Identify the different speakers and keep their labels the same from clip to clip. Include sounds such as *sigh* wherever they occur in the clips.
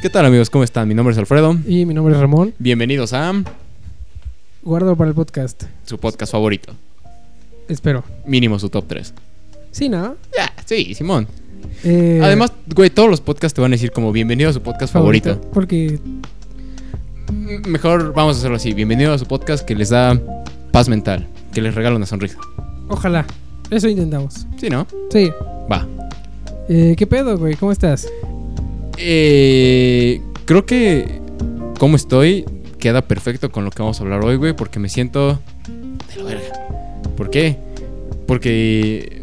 Speaker 1: ¿Qué tal amigos? ¿Cómo están? Mi nombre es Alfredo.
Speaker 2: Y mi nombre es Ramón.
Speaker 1: Bienvenidos a
Speaker 2: Guardo para el podcast.
Speaker 1: su podcast favorito.
Speaker 2: Espero.
Speaker 1: Mínimo su top 3.
Speaker 2: Sí, nada.
Speaker 1: Ya, sí, Simón.
Speaker 2: Eh,
Speaker 1: Además, güey, todos los podcasts te van a decir como bienvenido a su podcast favorito.
Speaker 2: Porque
Speaker 1: M- Mejor vamos a hacerlo así. Bienvenido a su podcast que les da paz mental. Que les regala una sonrisa.
Speaker 2: ojalá. Eso intentamos.
Speaker 1: ¿Sí, no?
Speaker 2: Sí.
Speaker 1: Va.
Speaker 2: Eh, ¿Qué pedo, güey? ¿Cómo estás?
Speaker 1: Eh, creo que como estoy queda perfecto con lo que vamos a hablar hoy, güey, porque me siento de la verga. ¿Por qué? Porque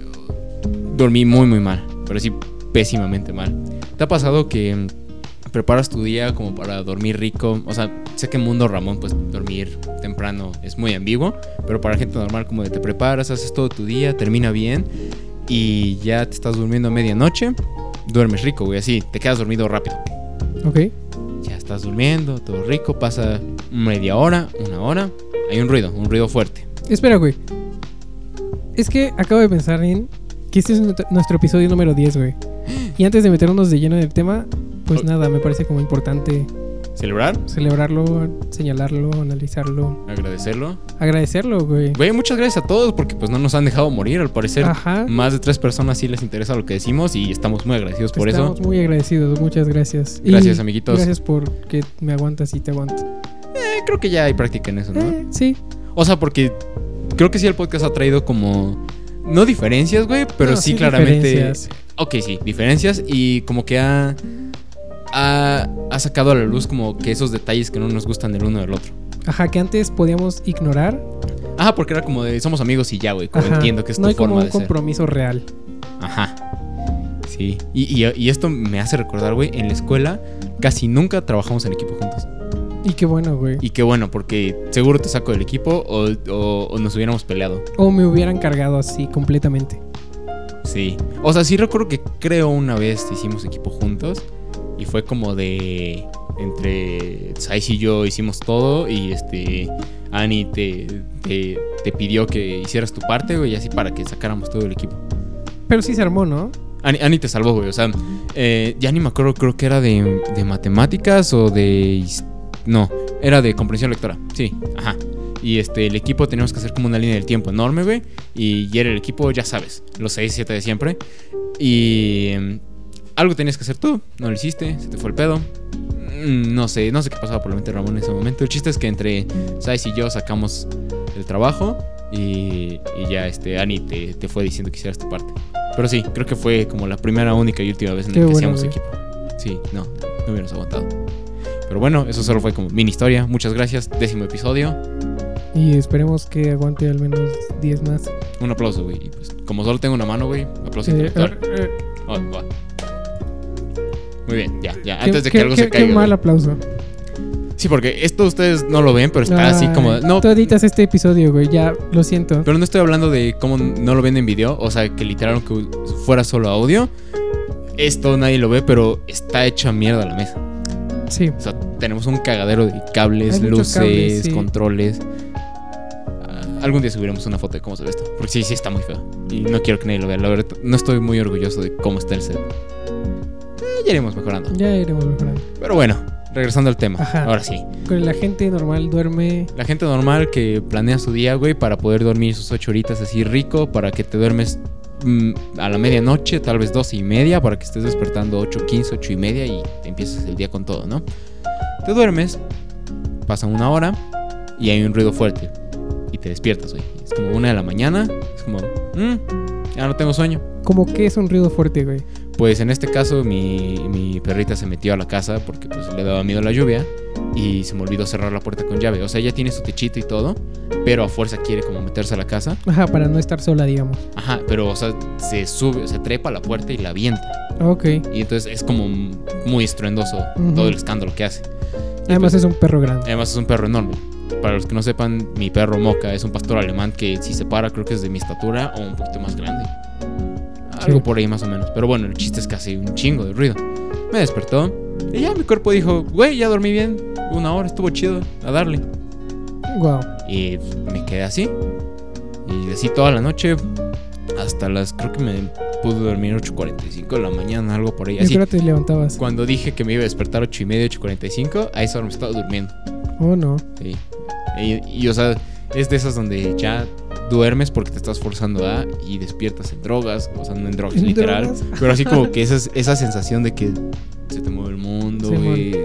Speaker 1: dormí muy, muy mal, pero sí pésimamente mal. ¿Te ha pasado que mm, preparas tu día como para dormir rico? O sea, sé que en Mundo Ramón, pues dormir temprano es muy ambiguo, pero para gente normal como de te preparas, haces todo tu día, termina bien y ya te estás durmiendo a medianoche, duermes rico, güey, así, te quedas dormido rápido
Speaker 2: Ok.
Speaker 1: ya estás durmiendo, todo rico, pasa media hora, una hora, hay un ruido, un ruido fuerte.
Speaker 2: Espera, güey. Es que acabo de pensar en que este es nuestro- nuestro episodio número 10, güey. Y antes de meternos de lleno en el tema, pues
Speaker 1: Ok.
Speaker 2: nada, me parece como importante
Speaker 1: ¿Celebrar?
Speaker 2: celebrarlo, señalarlo, analizarlo,
Speaker 1: Agradecerlo.
Speaker 2: agradecerlo, güey.
Speaker 1: Güey, muchas gracias a todos porque pues no nos han dejado morir, al parecer.
Speaker 2: Ajá.
Speaker 1: Más de tres personas sí les interesa lo que decimos y estamos muy agradecidos por
Speaker 2: Estamos
Speaker 1: eso.
Speaker 2: muy agradecidos, muchas gracias.
Speaker 1: Gracias, amiguitos.
Speaker 2: Gracias por que me aguantas y te aguanto.
Speaker 1: Eh, creo que ya hay práctica en eso, ¿no?
Speaker 2: Eh, sí,
Speaker 1: O sea, porque creo que sí el podcast ha traído como... No diferencias, güey, pero
Speaker 2: No,
Speaker 1: sí,
Speaker 2: sí
Speaker 1: claramente...
Speaker 2: diferencias.
Speaker 1: Ok, sí, diferencias y como que ha, ha... Ha sacado a la luz como que esos detalles que no nos gustan del uno del otro.
Speaker 2: ajá, que antes podíamos ignorar.
Speaker 1: Ajá, porque era como de somos amigos y ya, güey. Como
Speaker 2: Ajá.
Speaker 1: entiendo que es tu
Speaker 2: no hay
Speaker 1: forma
Speaker 2: como un
Speaker 1: de ser.
Speaker 2: compromiso real.
Speaker 1: Ajá. Sí. Y, y- y esto me hace recordar, güey, en la escuela casi nunca trabajamos en equipo juntos.
Speaker 2: Y qué bueno, güey.
Speaker 1: Y qué bueno, porque seguro te saco del equipo o, o- o nos hubiéramos peleado.
Speaker 2: O me hubieran cargado así completamente.
Speaker 1: Sí. O sea, sí recuerdo que creo una vez hicimos equipo juntos y fue como de. Entre Saiz y yo hicimos todo y este. Ani te, te, te pidió que hicieras tu parte, güey, y así para que sacáramos todo el equipo.
Speaker 2: Pero sí se armó, ¿no?
Speaker 1: Ani, Ani te salvó, güey. O sea, eh, ya ni me acuerdo, creo que era de, de matemáticas o de. his- No, era de comprensión lectora. Sí, ajá. Y este, el equipo teníamos que hacer como una línea del tiempo enorme, güey. Y, y era el equipo, ya sabes, los 6, 7 de siempre. Y. em, algo tenías que hacer tú, no lo hiciste, se te fue el pedo. Mm, No sé, no sé qué pasaba por la mente de Ramón en ese momento. El chiste es que entre Saiz y yo sacamos el trabajo. Y, y ya, este, Ani te, te fue diciendo que hicieras tu parte. Pero sí, creo que fue como la primera, única y última vez en la
Speaker 2: Qué
Speaker 1: que
Speaker 2: bueno,
Speaker 1: hacíamos
Speaker 2: güey.
Speaker 1: equipo. Sí, no, no hubiéramos aguantado. Pero bueno, eso solo fue como mini historia. Muchas gracias, décimo episodio.
Speaker 2: Y esperemos que aguante al menos 10 más.
Speaker 1: Un aplauso, güey. Y pues, como solo tengo una mano, güey, aplauso
Speaker 2: Eh,
Speaker 1: interruptor.
Speaker 2: eh, eh,
Speaker 1: Oh, va. Muy bien, ya, ya.
Speaker 2: qué-
Speaker 1: Antes de que
Speaker 2: qué-
Speaker 1: algo
Speaker 2: qué-
Speaker 1: se caiga.
Speaker 2: Qué
Speaker 1: güey.
Speaker 2: mal aplauso.
Speaker 1: Sí, porque esto ustedes no lo ven, pero está así
Speaker 2: Ay,
Speaker 1: Pues, ah, como. No,
Speaker 2: Tú editas este episodio, güey. Ya, lo siento.
Speaker 1: pero no estoy hablando de cómo no lo ven en video. O sea, que literal, que fuera solo audio. Esto nadie lo ve, pero está hecha mierda la mesa.
Speaker 2: Sí.
Speaker 1: O sea, tenemos un cagadero de cables,
Speaker 2: Hay muchos
Speaker 1: luces,
Speaker 2: cables, sí.
Speaker 1: controles. Ah, Algún día subiremos una foto de cómo se ve esto. Porque sí, sí está muy feo. Y no quiero que nadie lo vea. La verdad, no estoy muy orgulloso de cómo está el set. Eh, ya iremos mejorando.
Speaker 2: Ya iremos mejorando.
Speaker 1: Pero bueno, regresando al tema.
Speaker 2: Ajá.
Speaker 1: Ahora sí.
Speaker 2: Con la gente normal duerme.
Speaker 1: La gente normal que planea su día, güey, para poder dormir sus ocho horitas así rico, para que te duermes mm, a la medianoche, tal vez doce y media, para que estés despertando 8.15, ocho y media y te empieces el día con todo, ¿no? Te duermes, pasa una hora y hay un ruido fuerte y te despiertas, güey. Es como una de la mañana, es como, "Mm, ya no tengo sueño.
Speaker 2: Como que es un ruido fuerte, güey.
Speaker 1: Pues en este caso mi, mi perrita se metió a la casa porque pues le daba miedo la lluvia y se me olvidó cerrar la puerta con llave. O sea, ella tiene su techito y todo, pero a fuerza quiere como meterse a la casa.
Speaker 2: Ajá, para no estar sola, digamos.
Speaker 1: Ajá, pero o sea, se sube, se trepa a la puerta y la avienta.
Speaker 2: Ok.
Speaker 1: Y entonces es como muy estruendoso
Speaker 2: Ujú.
Speaker 1: todo el escándalo que hace. Y,
Speaker 2: Además
Speaker 1: pues,
Speaker 2: es un perro grande.
Speaker 1: Además es un perro enorme. Para los que no sepan, mi perro Moca es un pastor alemán que si se para creo que es de mi estatura o un poquito más grande. Algo
Speaker 2: Sí.
Speaker 1: por ahí más o menos. Pero bueno, el chiste es que hace un chingo de ruido. Me despertó y ya mi cuerpo dijo, güey, ya dormí bien. Una hora, estuvo chido, a darle. eh,
Speaker 2: Wow.
Speaker 1: Y me quedé así. Y así toda la noche. Hasta las, creo que me pude dormir 8.45 de la mañana, algo por ahí.
Speaker 2: Yo
Speaker 1: Así,
Speaker 2: creo que te levantabas.
Speaker 1: cuando dije que me iba a despertar 8 y media, 8.45, a esa hora me estaba durmiendo.
Speaker 2: Oh, no.
Speaker 1: Sí. este, Y, y, o sea, es de esas donde ya duermes porque te estás forzando a y despiertas en drogas, o sea, no en drogas,
Speaker 2: ¿En
Speaker 1: literal.
Speaker 2: drogas?
Speaker 1: Pero así como que esa, esa sensación de que se te mueve el mundo,
Speaker 2: Simón.
Speaker 1: güey.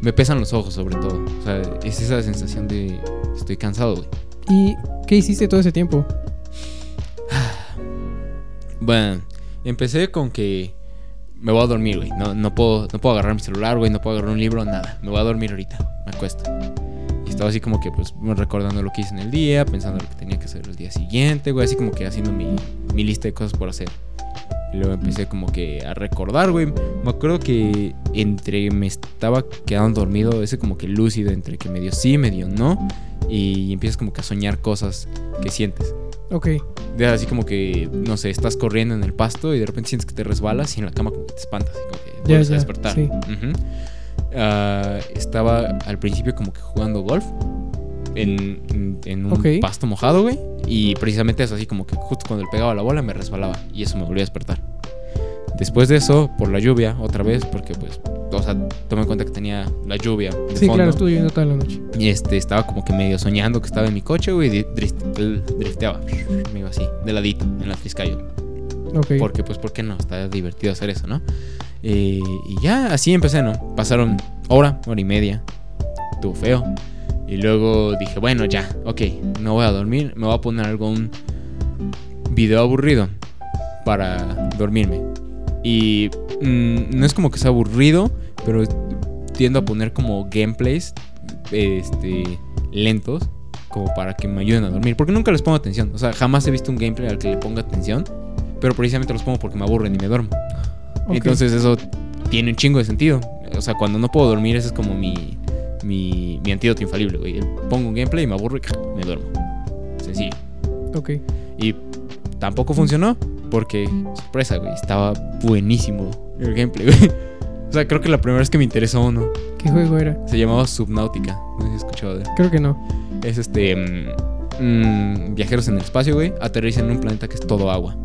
Speaker 1: Me pesan los ojos, sobre todo. O sea, es esa sensación de estoy cansado, güey.
Speaker 2: ¿Y qué hiciste todo ese tiempo?
Speaker 1: Bueno, empecé con que me voy a dormir, güey. No, no, puedo, no puedo agarrar mi celular, güey. No puedo agarrar un libro, nada. Me voy a dormir ahorita. Me acuesto. Y estaba así como que, pues, recordando lo que hice en el día, pensando lo que tenía que hacer el día siguiente, güey. Así como que haciendo mi, mi lista de cosas por hacer. Y luego empecé como que a recordar, güey. Me acuerdo que entre me estaba quedando dormido, ese como que lúcido, entre que medio sí, medio no. Y empiezas como que a soñar cosas que sientes.
Speaker 2: Ok.
Speaker 1: De así como que, no sé, estás corriendo en el pasto y de repente sientes que te resbalas y en la cama como que te espantas, y como que
Speaker 2: Ya,
Speaker 1: vuelves
Speaker 2: ya,
Speaker 1: a despertar.
Speaker 2: sí.
Speaker 1: Ujú. Ah, estaba al principio como que jugando golf en, en- en un
Speaker 2: Ok.
Speaker 1: pasto mojado, güey. Y precisamente eso, así como que justo cuando le pegaba la bola me resbalaba y eso me volvió a despertar. Después de eso, por la lluvia, otra vez, porque pues, o sea, tomé en cuenta que tenía la lluvia. De
Speaker 2: Sí,
Speaker 1: fondo.
Speaker 2: claro, estuve lloviendo toda la noche.
Speaker 1: Y este, estaba como que medio soñando que estaba en mi coche, güey, y drift- drifteaba. Me iba así, de ladito, en la Friscayo.
Speaker 2: Ok.
Speaker 1: Porque, pues, ¿por qué no? Está divertido hacer eso, ¿no? Eh, y ya así empecé, ¿no? Pasaron hora, hora y media. Estuvo feo. Y luego dije, bueno, ya, ok, no voy a dormir. Me voy a poner algún video aburrido para dormirme. Y mm, no es como que sea aburrido, pero tiendo a poner como gameplays este, lentos como para que me ayuden a dormir. Porque nunca les pongo atención. O sea, jamás he visto un gameplay al que le ponga atención. Pero precisamente los pongo porque me aburren y me duermo.
Speaker 2: Ok.
Speaker 1: Entonces eso tiene un chingo de sentido. O sea, cuando no puedo dormir, ese es como mi, mi, mi antídoto infalible, güey. Pongo un gameplay y me aburro y me duermo. Sencillo.
Speaker 2: Ok.
Speaker 1: Y tampoco funcionó porque, sorpresa, güey, estaba buenísimo el gameplay, güey. O sea, creo que la primera vez que me interesó uno
Speaker 2: ¿Qué juego era?
Speaker 1: se llamaba Subnautica. No sé si has escuchado de él.
Speaker 2: Creo que no.
Speaker 1: Es este. mm, mm, viajeros en el espacio, güey. Aterrizan en un planeta que es todo agua.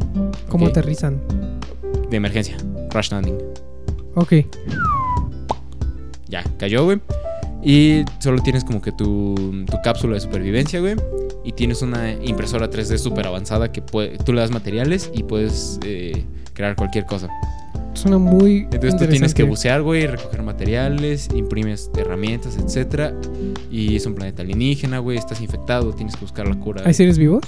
Speaker 2: ¿Cómo
Speaker 1: Ok.
Speaker 2: aterrizan?
Speaker 1: De emergencia. Crash landing.
Speaker 2: Ok.
Speaker 1: Ya, cayó, güey. Y solo tienes como que tu, tu cápsula de supervivencia, güey. Y tienes una impresora 3D súper avanzada que puede- tú le das materiales y puedes eh, crear cualquier cosa.
Speaker 2: Suena muy.
Speaker 1: Entonces tú tienes
Speaker 2: interesante.
Speaker 1: que bucear, güey, recoger materiales, imprimes herramientas, etcétera. Y es un planeta alienígena, güey, estás infectado, tienes que buscar la cura.
Speaker 2: ¿Hay seres vivos?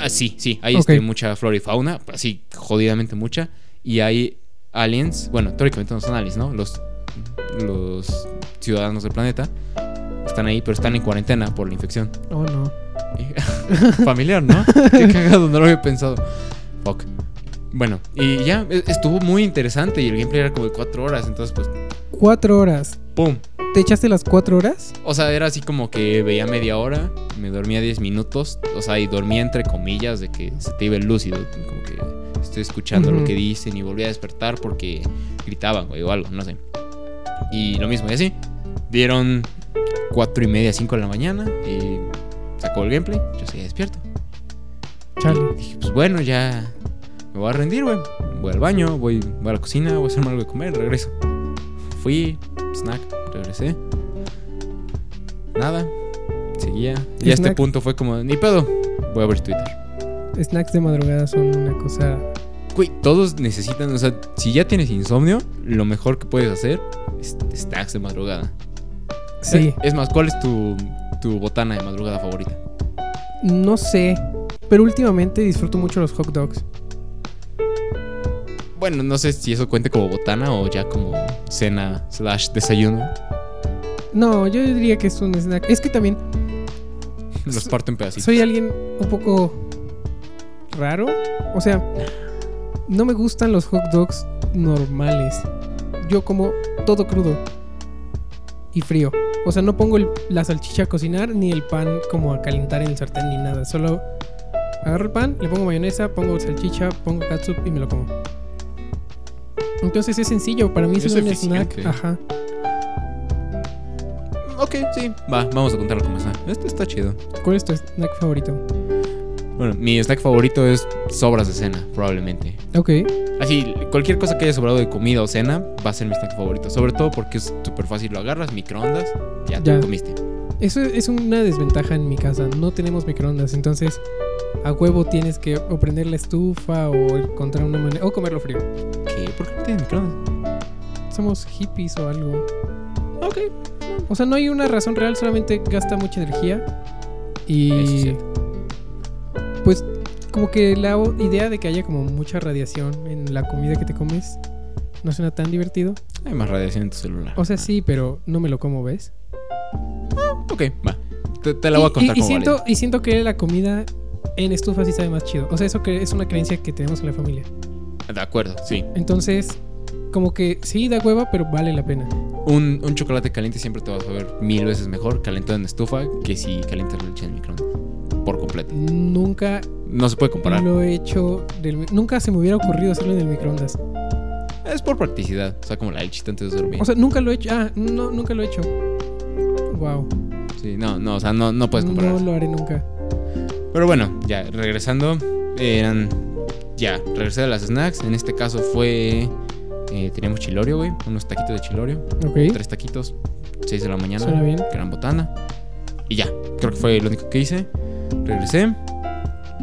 Speaker 1: Ah, sí, sí, hay
Speaker 2: Ok.
Speaker 1: este, mucha flora y fauna, así jodidamente mucha. Y hay aliens, bueno, teóricamente no son aliens, ¿no? Los, los ciudadanos del planeta están ahí, pero están en cuarentena por la infección. *laughs*
Speaker 2: Oh, no.
Speaker 1: Familiar, ¿no? Qué cagado, no lo había pensado. Fuck. Bueno, y ya e- estuvo muy interesante y el gameplay era como de cuatro horas, entonces pues,
Speaker 2: Cuatro horas.
Speaker 1: ¡pum!
Speaker 2: ¿Te echaste las cuatro horas?
Speaker 1: O sea, era así como que veía media hora, me dormía 10 minutos, o sea, y dormía entre comillas de que se te iba el lúcido, como que estoy escuchando lo
Speaker 2: Ujú.
Speaker 1: que dicen y volví a despertar porque gritaban, güey, o algo, no sé. Y lo mismo, y así. Dieron cuatro y media, 5 de la mañana y sacó el gameplay, yo seguía despierto.
Speaker 2: Chale.
Speaker 1: Dije, pues bueno, ya me voy a rendir, güey. Voy al baño, voy, voy a la cocina, voy a hacerme algo de comer, regreso. Fui, snack, regresé. Nada, seguía. Y a este
Speaker 2: Snack.
Speaker 1: punto fue como, ni pedo, voy a ver Twitter.
Speaker 2: Snacks de madrugada son una cosa.
Speaker 1: Güey, todos necesitan, o sea, si ya tienes insomnio, lo mejor que puedes hacer es snacks de madrugada.
Speaker 2: Sí.
Speaker 1: Es, es más, ¿cuál es tu, tu botana de madrugada favorita?
Speaker 2: No sé. Pero últimamente disfruto mucho los hot dogs.
Speaker 1: Bueno, no sé si eso cuente como botana o ya como cena slash desayuno.
Speaker 2: No, yo diría que es un snack. Es que también
Speaker 1: Los
Speaker 2: So-
Speaker 1: parto en pedacitos.
Speaker 2: soy alguien un poco raro. O sea, no me gustan los hot dogs normales. Yo como todo crudo y frío. O sea, no pongo el- la salchicha a cocinar ni el pan como a calentar en el sartén ni nada. Solo agarro el pan, le pongo mayonesa, pongo salchicha, pongo katsup y me lo como. Entonces es sencillo, para mí es,
Speaker 1: Es
Speaker 2: un
Speaker 1: eficiente.
Speaker 2: snack. Ajá.
Speaker 1: Ok, sí. Va, vamos a contarlo como está. Este está chido.
Speaker 2: ¿Cuál es tu snack favorito?
Speaker 1: Bueno, mi snack favorito es sobras de cena, probablemente.
Speaker 2: Ok.
Speaker 1: Así, cualquier cosa que haya sobrado de comida o cena va a ser mi snack favorito. Sobre todo porque es súper fácil. Lo agarras, microondas, ya, te
Speaker 2: Ya.
Speaker 1: comiste.
Speaker 2: Eso es una desventaja en mi casa. No tenemos microondas, entonces a huevo tienes que o prender la estufa o encontrar una manera. O comerlo frío.
Speaker 1: ¿Qué? ¿Por qué no tienes microondas?
Speaker 2: Somos hippies o algo.
Speaker 1: Ok.
Speaker 2: O sea, no hay una razón real, solamente gasta mucha energía. Y.
Speaker 1: Eso es cierto.
Speaker 2: pues como que la o- idea de que haya como mucha radiación en la comida que te comes no suena tan divertido.
Speaker 1: Hay más radiación en tu celular.
Speaker 2: O sea, sí, pero no me lo como, ¿ves?
Speaker 1: Ok, va. Te, te la voy a contar
Speaker 2: y, y
Speaker 1: como
Speaker 2: siento,
Speaker 1: válido.
Speaker 2: y siento que la comida en estufa sí sabe más chido. O sea, eso que es una creencia que tenemos en la familia.
Speaker 1: De acuerdo, sí.
Speaker 2: Entonces, como que sí da hueva, pero vale la pena.
Speaker 1: Un, un chocolate caliente siempre te va a saber mil veces mejor calentado en estufa que si calientas leche en microondas. Por completo.
Speaker 2: Nunca
Speaker 1: No se puede comparar.
Speaker 2: lo he hecho del mi- nunca se me hubiera ocurrido hacerlo en el microondas.
Speaker 1: Es por practicidad. O sea, como la lechita antes de dormir.
Speaker 2: O sea, nunca lo he hecho. Ah, no, nunca lo he hecho. Wow.
Speaker 1: sí, no, no, o sea, no, no puedes comparar.
Speaker 2: No lo haré nunca.
Speaker 1: Pero bueno, ya, regresando. Eran. Ya, regresé a las snacks. En este caso fue. eh, teníamos chilorio, güey. Unos taquitos de chilorio.
Speaker 2: Ok.
Speaker 1: Tres taquitos. Seis de la mañana.
Speaker 2: Suena bien.
Speaker 1: Que eran botana. Y ya, creo que fue lo único que hice. Regresé.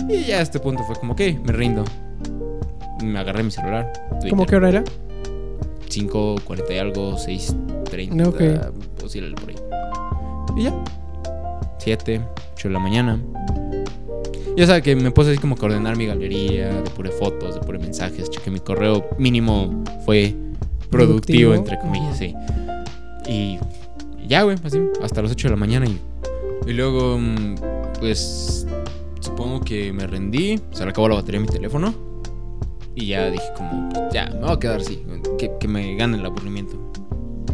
Speaker 1: Y ya a este punto fue como, ok, me rindo. Me agarré mi celular.
Speaker 2: ¿Cómo
Speaker 1: Twitter,
Speaker 2: qué hora era?
Speaker 1: 5, 40 y algo, 6, 30.
Speaker 2: Ok.
Speaker 1: oscila por ahí. Y ya. 7, 8 de la mañana. Ya sabe que me puse así como que a ordenar mi galería, depuré fotos, depuré mensajes, chequé mi correo. Mínimo fue productivo,
Speaker 2: Productivo.
Speaker 1: entre comillas, sí. Y y ya, güey, así, hasta las 8 de la mañana. Y, y luego, mm, pues, supongo que me rendí, se le acabó la batería a mi teléfono. Y ya dije como, ya, me voy a quedar así, que, que me gane el aburrimiento.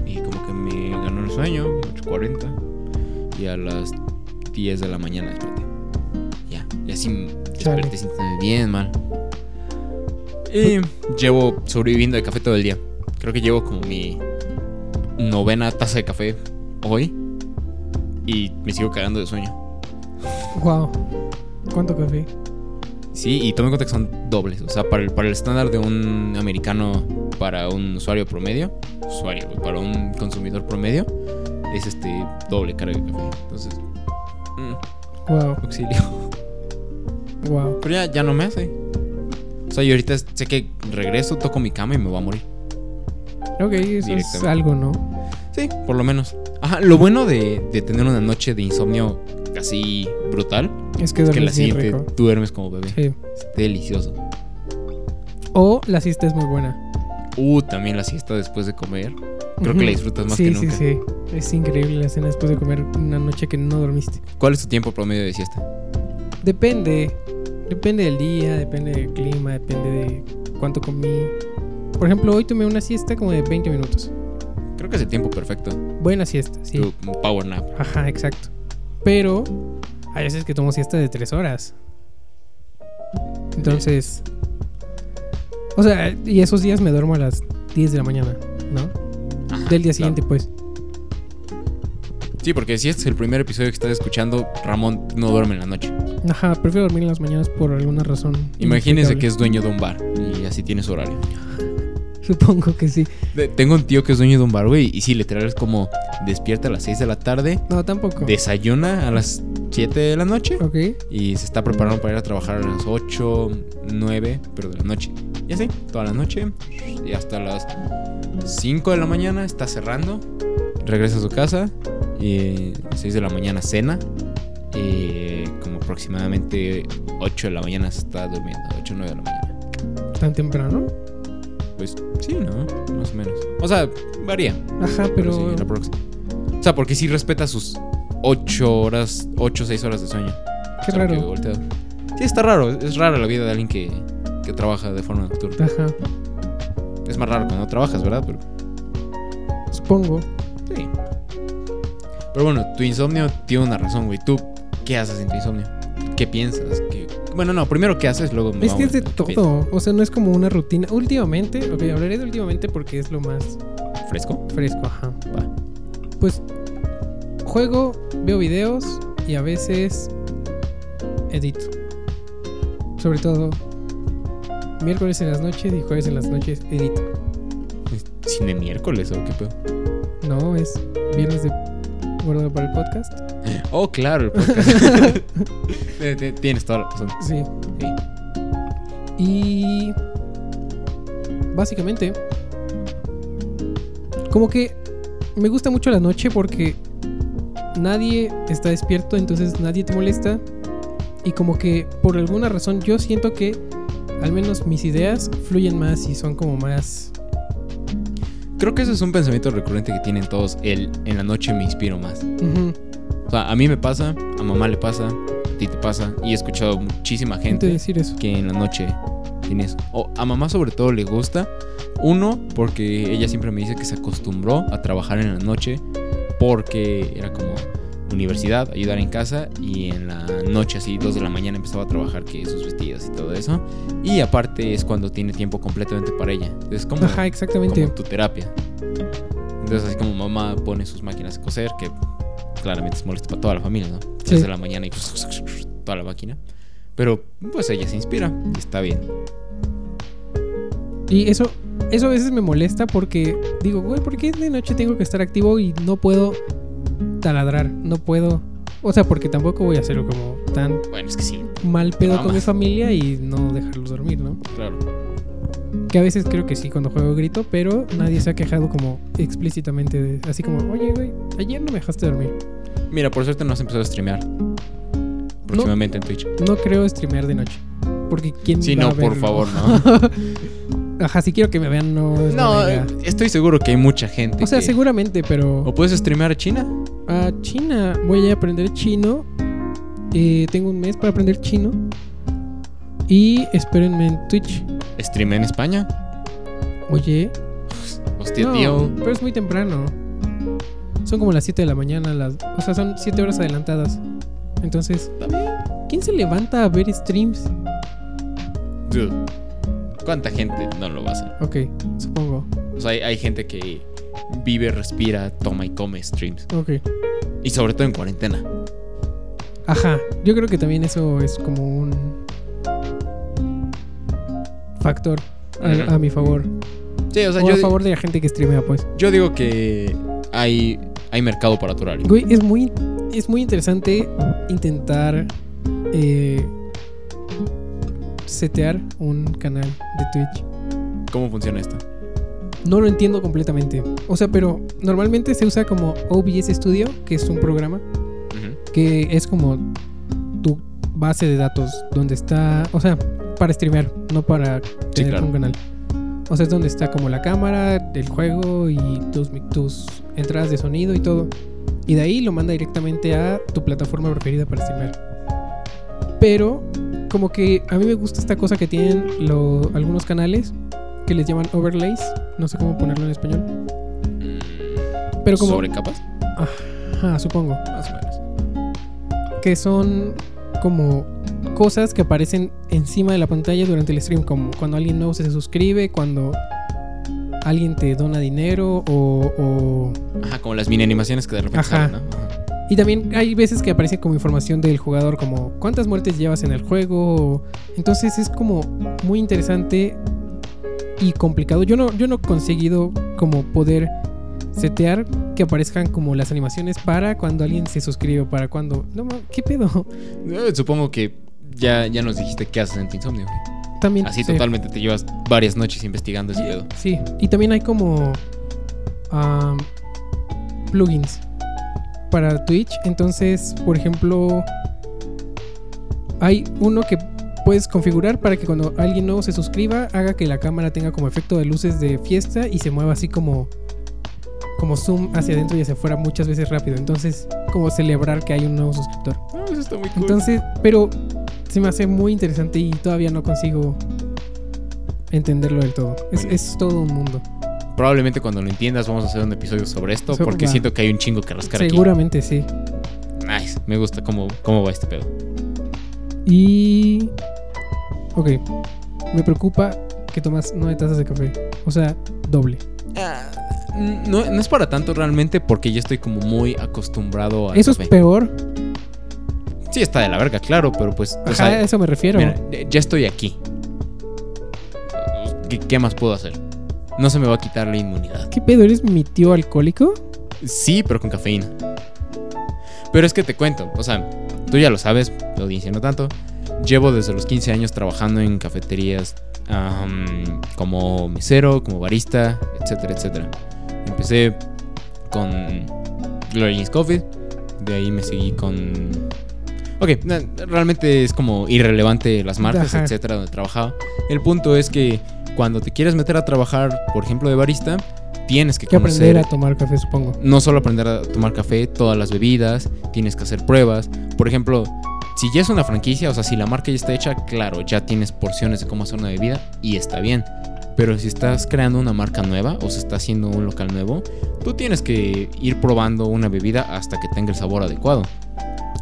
Speaker 1: Y como que me ganó el sueño, 8.40. Y a las 10 de la mañana desperté. Ya, y así me
Speaker 2: Chale.
Speaker 1: desperté sintiéndome bien mal. Y llevo sobreviviendo de café todo el día. Creo que llevo como mi novena taza de café hoy. Y me sigo cagando de sueño.
Speaker 2: Wow. ¿Cuánto café?
Speaker 1: Sí, y tomen en cuenta que son dobles. O sea, para el, para el estándar de un americano, para un usuario promedio, usuario, güey, para un consumidor promedio, es este doble carga de café. Entonces, mm,
Speaker 2: Wow,
Speaker 1: auxilio. *laughs*
Speaker 2: wow.
Speaker 1: Pero ya, ya no me hace. O sea, yo ahorita sé que regreso, toco mi cama y me voy a morir.
Speaker 2: Ok, eso es
Speaker 1: Directamente.
Speaker 2: algo, ¿no?
Speaker 1: Sí, por lo menos. Ajá, lo bueno de, de tener una noche de insomnio así brutal
Speaker 2: Es que
Speaker 1: es que
Speaker 2: duermes
Speaker 1: la
Speaker 2: bien
Speaker 1: siguiente
Speaker 2: rico.
Speaker 1: duermes como bebé.
Speaker 2: Sí.
Speaker 1: Es delicioso.
Speaker 2: O la siesta es muy buena.
Speaker 1: Uh, también la siesta después de comer. Creo
Speaker 2: Ujú.
Speaker 1: que la disfrutas más
Speaker 2: sí,
Speaker 1: que nunca.
Speaker 2: Sí, sí, Es increíble la cena después de comer una noche que no dormiste.
Speaker 1: ¿Cuál es tu tiempo promedio de siesta?
Speaker 2: Depende. Depende del día, depende del clima, depende de cuánto comí. Por ejemplo, hoy tomé una siesta como de 20 minutos.
Speaker 1: Creo que es el tiempo perfecto.
Speaker 2: Buena siesta, sí.
Speaker 1: Tu power nap.
Speaker 2: Ajá, exacto. Pero hay veces que tomo siesta de tres horas. Entonces. O sea, y esos días me duermo a las 10 de la mañana, ¿no?
Speaker 1: Ajá,
Speaker 2: Del
Speaker 1: claro.
Speaker 2: día siguiente, pues.
Speaker 1: Sí, porque si este es el primer episodio que estás escuchando, Ramón no duerme en la noche.
Speaker 2: Ajá, prefiero dormir en las mañanas por alguna razón.
Speaker 1: Imagínese
Speaker 2: inexplicable.
Speaker 1: que es dueño de un bar y así tiene su horario.
Speaker 2: Supongo que sí.
Speaker 1: De- tengo un tío que es dueño de un bar, güey, y sí, literal es como despierta a las 6 de la tarde,
Speaker 2: No, tampoco.
Speaker 1: desayuna a las 7 de la noche
Speaker 2: Ok.
Speaker 1: y se está preparando para ir a trabajar a las 8, 9, pero de la noche. Y así, toda la noche y hasta las 5 de la mañana está cerrando, regresa a su casa y a las 6 de la mañana cena y como aproximadamente 8 de la mañana se está durmiendo, 8 o 9 de la mañana.
Speaker 2: Tan temprano.
Speaker 1: Pues sí, ¿no? Más o menos. O sea, varía.
Speaker 2: Ajá,
Speaker 1: Pero
Speaker 2: pero.
Speaker 1: sí, la próxima. O sea, porque sí respeta sus 8 horas, 8 o 6 horas de sueño.
Speaker 2: qué
Speaker 1: Solo que
Speaker 2: raro.
Speaker 1: volteado. Sí, está raro. Es rara la vida de alguien que, que trabaja de forma nocturna.
Speaker 2: Ajá.
Speaker 1: Es más raro cuando no trabajas, ¿verdad? Pero
Speaker 2: Supongo.
Speaker 1: sí. Pero bueno, tu insomnio tiene una razón, güey. ¿Tú qué haces en tu insomnio? ¿Qué piensas? ¿Qué- Bueno, no, primero qué haces, luego...
Speaker 2: Es que es de
Speaker 1: vamos a- ¿qué
Speaker 2: todo. O sea, no es como una rutina. Últimamente, ok, hablaré de últimamente porque es lo más
Speaker 1: piensas? ¿Fresco?
Speaker 2: fresco, ajá.
Speaker 1: Va.
Speaker 2: Pues juego, veo videos y a veces edito. Sobre todo miércoles en las noches y jueves en las noches edito.
Speaker 1: ¿Cine miércoles o qué pedo?
Speaker 2: No, es viernes de guardado para el podcast.
Speaker 1: Oh, claro,
Speaker 2: *laughs*
Speaker 1: el podcast. Eh, ti- Tienes toda la razón.
Speaker 2: Sí.
Speaker 1: Sí.
Speaker 2: Y básicamente, como que me gusta mucho la noche porque nadie está despierto, entonces nadie te molesta. Y como que por alguna razón yo siento que al menos mis ideas fluyen más y son como más...
Speaker 1: Creo que eso es un pensamiento recurrente que tienen todos. El en la noche me inspiro más.
Speaker 2: Ujú.
Speaker 1: O sea, a mí me pasa, a mamá le pasa, a ti te pasa. Y he escuchado muchísima
Speaker 2: ¿Qué te
Speaker 1: gente
Speaker 2: decir eso?
Speaker 1: que en la noche tiene eso. O a mamá sobre todo le gusta. Uno, porque ella siempre me dice que se acostumbró a trabajar en la noche. Porque era como universidad, ayudar en casa. Y en la noche, así, 2 de la mañana, empezaba a trabajar que sus vestidos y todo eso. Y aparte es cuando tiene tiempo completamente para ella. Es como
Speaker 2: Ajá, exactamente.
Speaker 1: como tu terapia. Entonces, así como mamá pone sus máquinas a coser, que claramente es molesto para toda la familia, ¿no? 3
Speaker 2: Sí.
Speaker 1: de la mañana y toda la máquina. Pero, pues ella se inspira y está bien.
Speaker 2: Y eso, eso a veces me molesta porque digo, güey, ¿por qué de noche tengo que estar activo y no puedo taladrar? No puedo. O sea, porque tampoco voy a hacerlo como tan
Speaker 1: Bueno, es que sí,
Speaker 2: mal pedo
Speaker 1: No,
Speaker 2: con mi
Speaker 1: más.
Speaker 2: familia y no dejarlos dormir, ¿no?
Speaker 1: claro.
Speaker 2: Que a veces creo que sí cuando juego grito, pero nadie se ha quejado como explícitamente de- así como, oye, güey, ayer no me dejaste dormir.
Speaker 1: Mira, por suerte no has empezado a streamear. Próximamente en Twitch.
Speaker 2: No creo streamear de noche. Porque quién
Speaker 1: Sí,
Speaker 2: va a
Speaker 1: no, por
Speaker 2: verlo?
Speaker 1: favor, no.
Speaker 2: Ajá, si quiero que me vean, no. *laughs* es
Speaker 1: No, eh,
Speaker 2: buena idea.
Speaker 1: estoy seguro que hay mucha gente.
Speaker 2: O sea,
Speaker 1: que-
Speaker 2: seguramente, pero.
Speaker 1: ¿O puedes streamear a China?
Speaker 2: a China. Voy a aprender chino. Eh, tengo un mes para aprender chino. Y espérenme en Twitch.
Speaker 1: ¿Streamea en España?
Speaker 2: Oye,
Speaker 1: Hostia,
Speaker 2: no,
Speaker 1: tío.
Speaker 2: pero es muy temprano. Son como las 7 de la mañana, las, o sea, son 7 horas adelantadas. Entonces, ¿quién se levanta a ver streams?
Speaker 1: Dude, ¿Cuánta gente no lo va a hacer?
Speaker 2: Ok, supongo.
Speaker 1: O sea, hay, hay gente que vive, respira, toma y come streams.
Speaker 2: Ok.
Speaker 1: Y sobre todo en cuarentena.
Speaker 2: Ajá, yo creo que también eso es como un factor a, a mi favor.
Speaker 1: Sí, o sea,
Speaker 2: o
Speaker 1: yo,
Speaker 2: a favor de la gente que streamea, pues.
Speaker 1: yo digo que hay, hay mercado para tu horario.
Speaker 2: Güey, es muy, es muy interesante intentar eh, setear un canal de Twitch.
Speaker 1: ¿Cómo funciona esto?
Speaker 2: No lo entiendo completamente. O sea, pero normalmente se usa como OBS Studio, que es un programa
Speaker 1: Ujú.
Speaker 2: que es como tu base de datos, donde está, o sea, para streamear, no para tener
Speaker 1: claro.
Speaker 2: un canal. O sea, es donde está como la cámara, el juego y tus, mic- tus entradas de sonido y todo. Y de ahí lo manda directamente a tu plataforma preferida para streamear. Pero, como que a mí me gusta esta cosa que tienen lo- algunos canales que les llaman overlays. No sé cómo ponerlo en español. Pero como.
Speaker 1: ¿Sobre capas?
Speaker 2: Ajá, supongo.
Speaker 1: Más o menos.
Speaker 2: que son como cosas que aparecen encima de la pantalla durante el stream, como cuando alguien nuevo se suscribe, cuando alguien te dona dinero o... o-
Speaker 1: Ajá, como las mini animaciones que de repente
Speaker 2: Ajá.
Speaker 1: salen, ¿no? Ajá.
Speaker 2: Y también hay veces que aparece como información del jugador, como cuántas muertes llevas en el juego. o- Entonces es como muy interesante y complicado. Yo no, yo no he conseguido como poder setear que aparezcan como las animaciones para cuando alguien se suscribe, o para cuando... No, ma- ¿qué pedo? *laughs*
Speaker 1: Eh, Supongo que ya, ya nos dijiste qué haces en Insomnio. güey.
Speaker 2: También...
Speaker 1: Así
Speaker 2: sí.
Speaker 1: totalmente te llevas varias noches investigando ese pedo.
Speaker 2: Sí, y también hay como am, plugins para Twitch. Entonces, por ejemplo, hay uno que puedes configurar para que cuando alguien nuevo se suscriba, haga que la cámara tenga como efecto de luces de fiesta y se mueva así como como zoom hacia adentro y hacia afuera muchas veces rápido. Entonces, como celebrar que hay un nuevo suscriptor.
Speaker 1: Ah, eso está muy cool.
Speaker 2: Entonces, pero se me hace muy interesante y todavía no consigo entenderlo del todo. Es, es todo un mundo.
Speaker 1: Probablemente cuando lo entiendas vamos a hacer un episodio sobre esto
Speaker 2: Sobre-
Speaker 1: porque
Speaker 2: va.
Speaker 1: siento que hay un chingo que rascar
Speaker 2: Seguramente sí.
Speaker 1: aquí. Nice. Me gusta cómo, cómo va este pedo.
Speaker 2: Y. Ok. Me preocupa que tomas nueve tazas de café. O sea, doble.
Speaker 1: Ah, No, no es para tanto realmente porque yo estoy como muy acostumbrado a
Speaker 2: Eso es peor.
Speaker 1: Sí, está de la verga, claro, pero pues. o
Speaker 2: Ajá,
Speaker 1: sea,
Speaker 2: a eso me refiero.
Speaker 1: mira, eh, ya estoy aquí. ¿Qué, qué más puedo hacer? No se me va a quitar la inmunidad.
Speaker 2: ¿Qué pedo? ¿Eres mi tío alcohólico?
Speaker 1: Sí, pero con cafeína. Pero es que te cuento, o sea, tú ya lo sabes, la audiencia no tanto. Llevo desde los 15 años trabajando en cafeterías am, como mesero, como barista, etcétera, etcétera. Empecé con Glorious Coffee, de ahí me seguí con... Ok, na- realmente es como irrelevante las marcas,
Speaker 2: Ajá.
Speaker 1: etcétera, donde trabajaba. El punto es que cuando te quieres meter a trabajar, por ejemplo, de barista, tienes que
Speaker 2: Hay que
Speaker 1: conocer
Speaker 2: aprender a tomar café, supongo.
Speaker 1: no solo aprender a tomar café, todas las bebidas, tienes que hacer pruebas. Por ejemplo, si ya es una franquicia, o sea, si la marca ya está hecha, claro, ya tienes porciones de cómo hacer una bebida y está bien. Pero si estás creando una marca nueva o se está haciendo un local nuevo, tú tienes que ir probando una bebida hasta que tenga el sabor adecuado.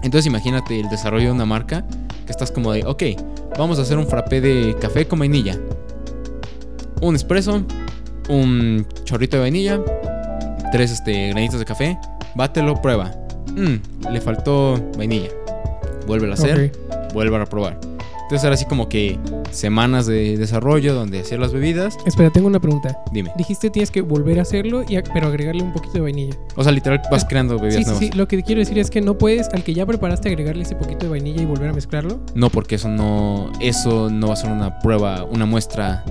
Speaker 1: Entonces imagínate el desarrollo de una marca que estás como de, ok, vamos a hacer un frappé de café con vainilla. Un espresso, un chorrito de vainilla, tres este, granitos de café, bátelo, prueba. Mm, le faltó vainilla. Vuelve a hacer
Speaker 2: Ok.
Speaker 1: vuelvan a probar. Entonces era así como que semanas de desarrollo donde hacía las bebidas.
Speaker 2: Espera, tengo una pregunta.
Speaker 1: Dime.
Speaker 2: Dijiste tienes que volver a hacerlo, y a- pero agregarle un poquito de vainilla.
Speaker 1: O sea, literal vas creando bebidas
Speaker 2: Sí, sí,
Speaker 1: nuevas.
Speaker 2: sí. Lo que quiero decir es que no puedes, al que ya preparaste, agregarle ese poquito de vainilla y volver a mezclarlo.
Speaker 1: No, porque eso no, eso no va a ser una prueba, una muestra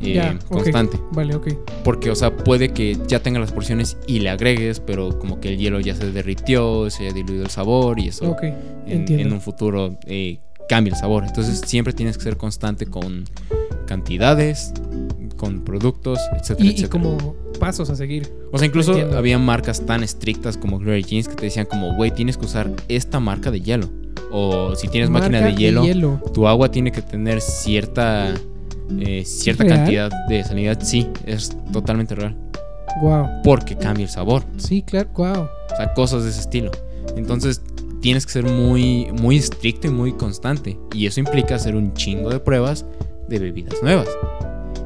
Speaker 1: eh,
Speaker 2: Ya, ok.
Speaker 1: constante.
Speaker 2: Vale, ok.
Speaker 1: Porque, o sea, puede que ya tenga las porciones y le agregues, pero como que el hielo ya se derritió, se haya diluido el sabor y eso
Speaker 2: Ok.
Speaker 1: en,
Speaker 2: entiendo.
Speaker 1: en un futuro eh, cambia el sabor. Entonces siempre tienes que ser constante con cantidades, con productos, etcétera,
Speaker 2: Y- y,
Speaker 1: etcétera.
Speaker 2: como pasos a seguir.
Speaker 1: O sea, incluso
Speaker 2: Entiendo.
Speaker 1: había marcas tan estrictas como Glory Jeans que te decían como, güey, tienes que usar esta marca de hielo. O si tienes máquina
Speaker 2: Marca
Speaker 1: de hielo, tu agua tiene que tener cierta eh, cierta
Speaker 2: ¿Real?
Speaker 1: cantidad de sanidad. Sí, es totalmente real.
Speaker 2: Wow.
Speaker 1: Porque cambia el sabor.
Speaker 2: Sí, claro. Wow.
Speaker 1: O sea, cosas de ese estilo. Entonces, tienes que ser muy, muy estricto y muy constante. Y eso implica hacer un chingo de pruebas de bebidas nuevas.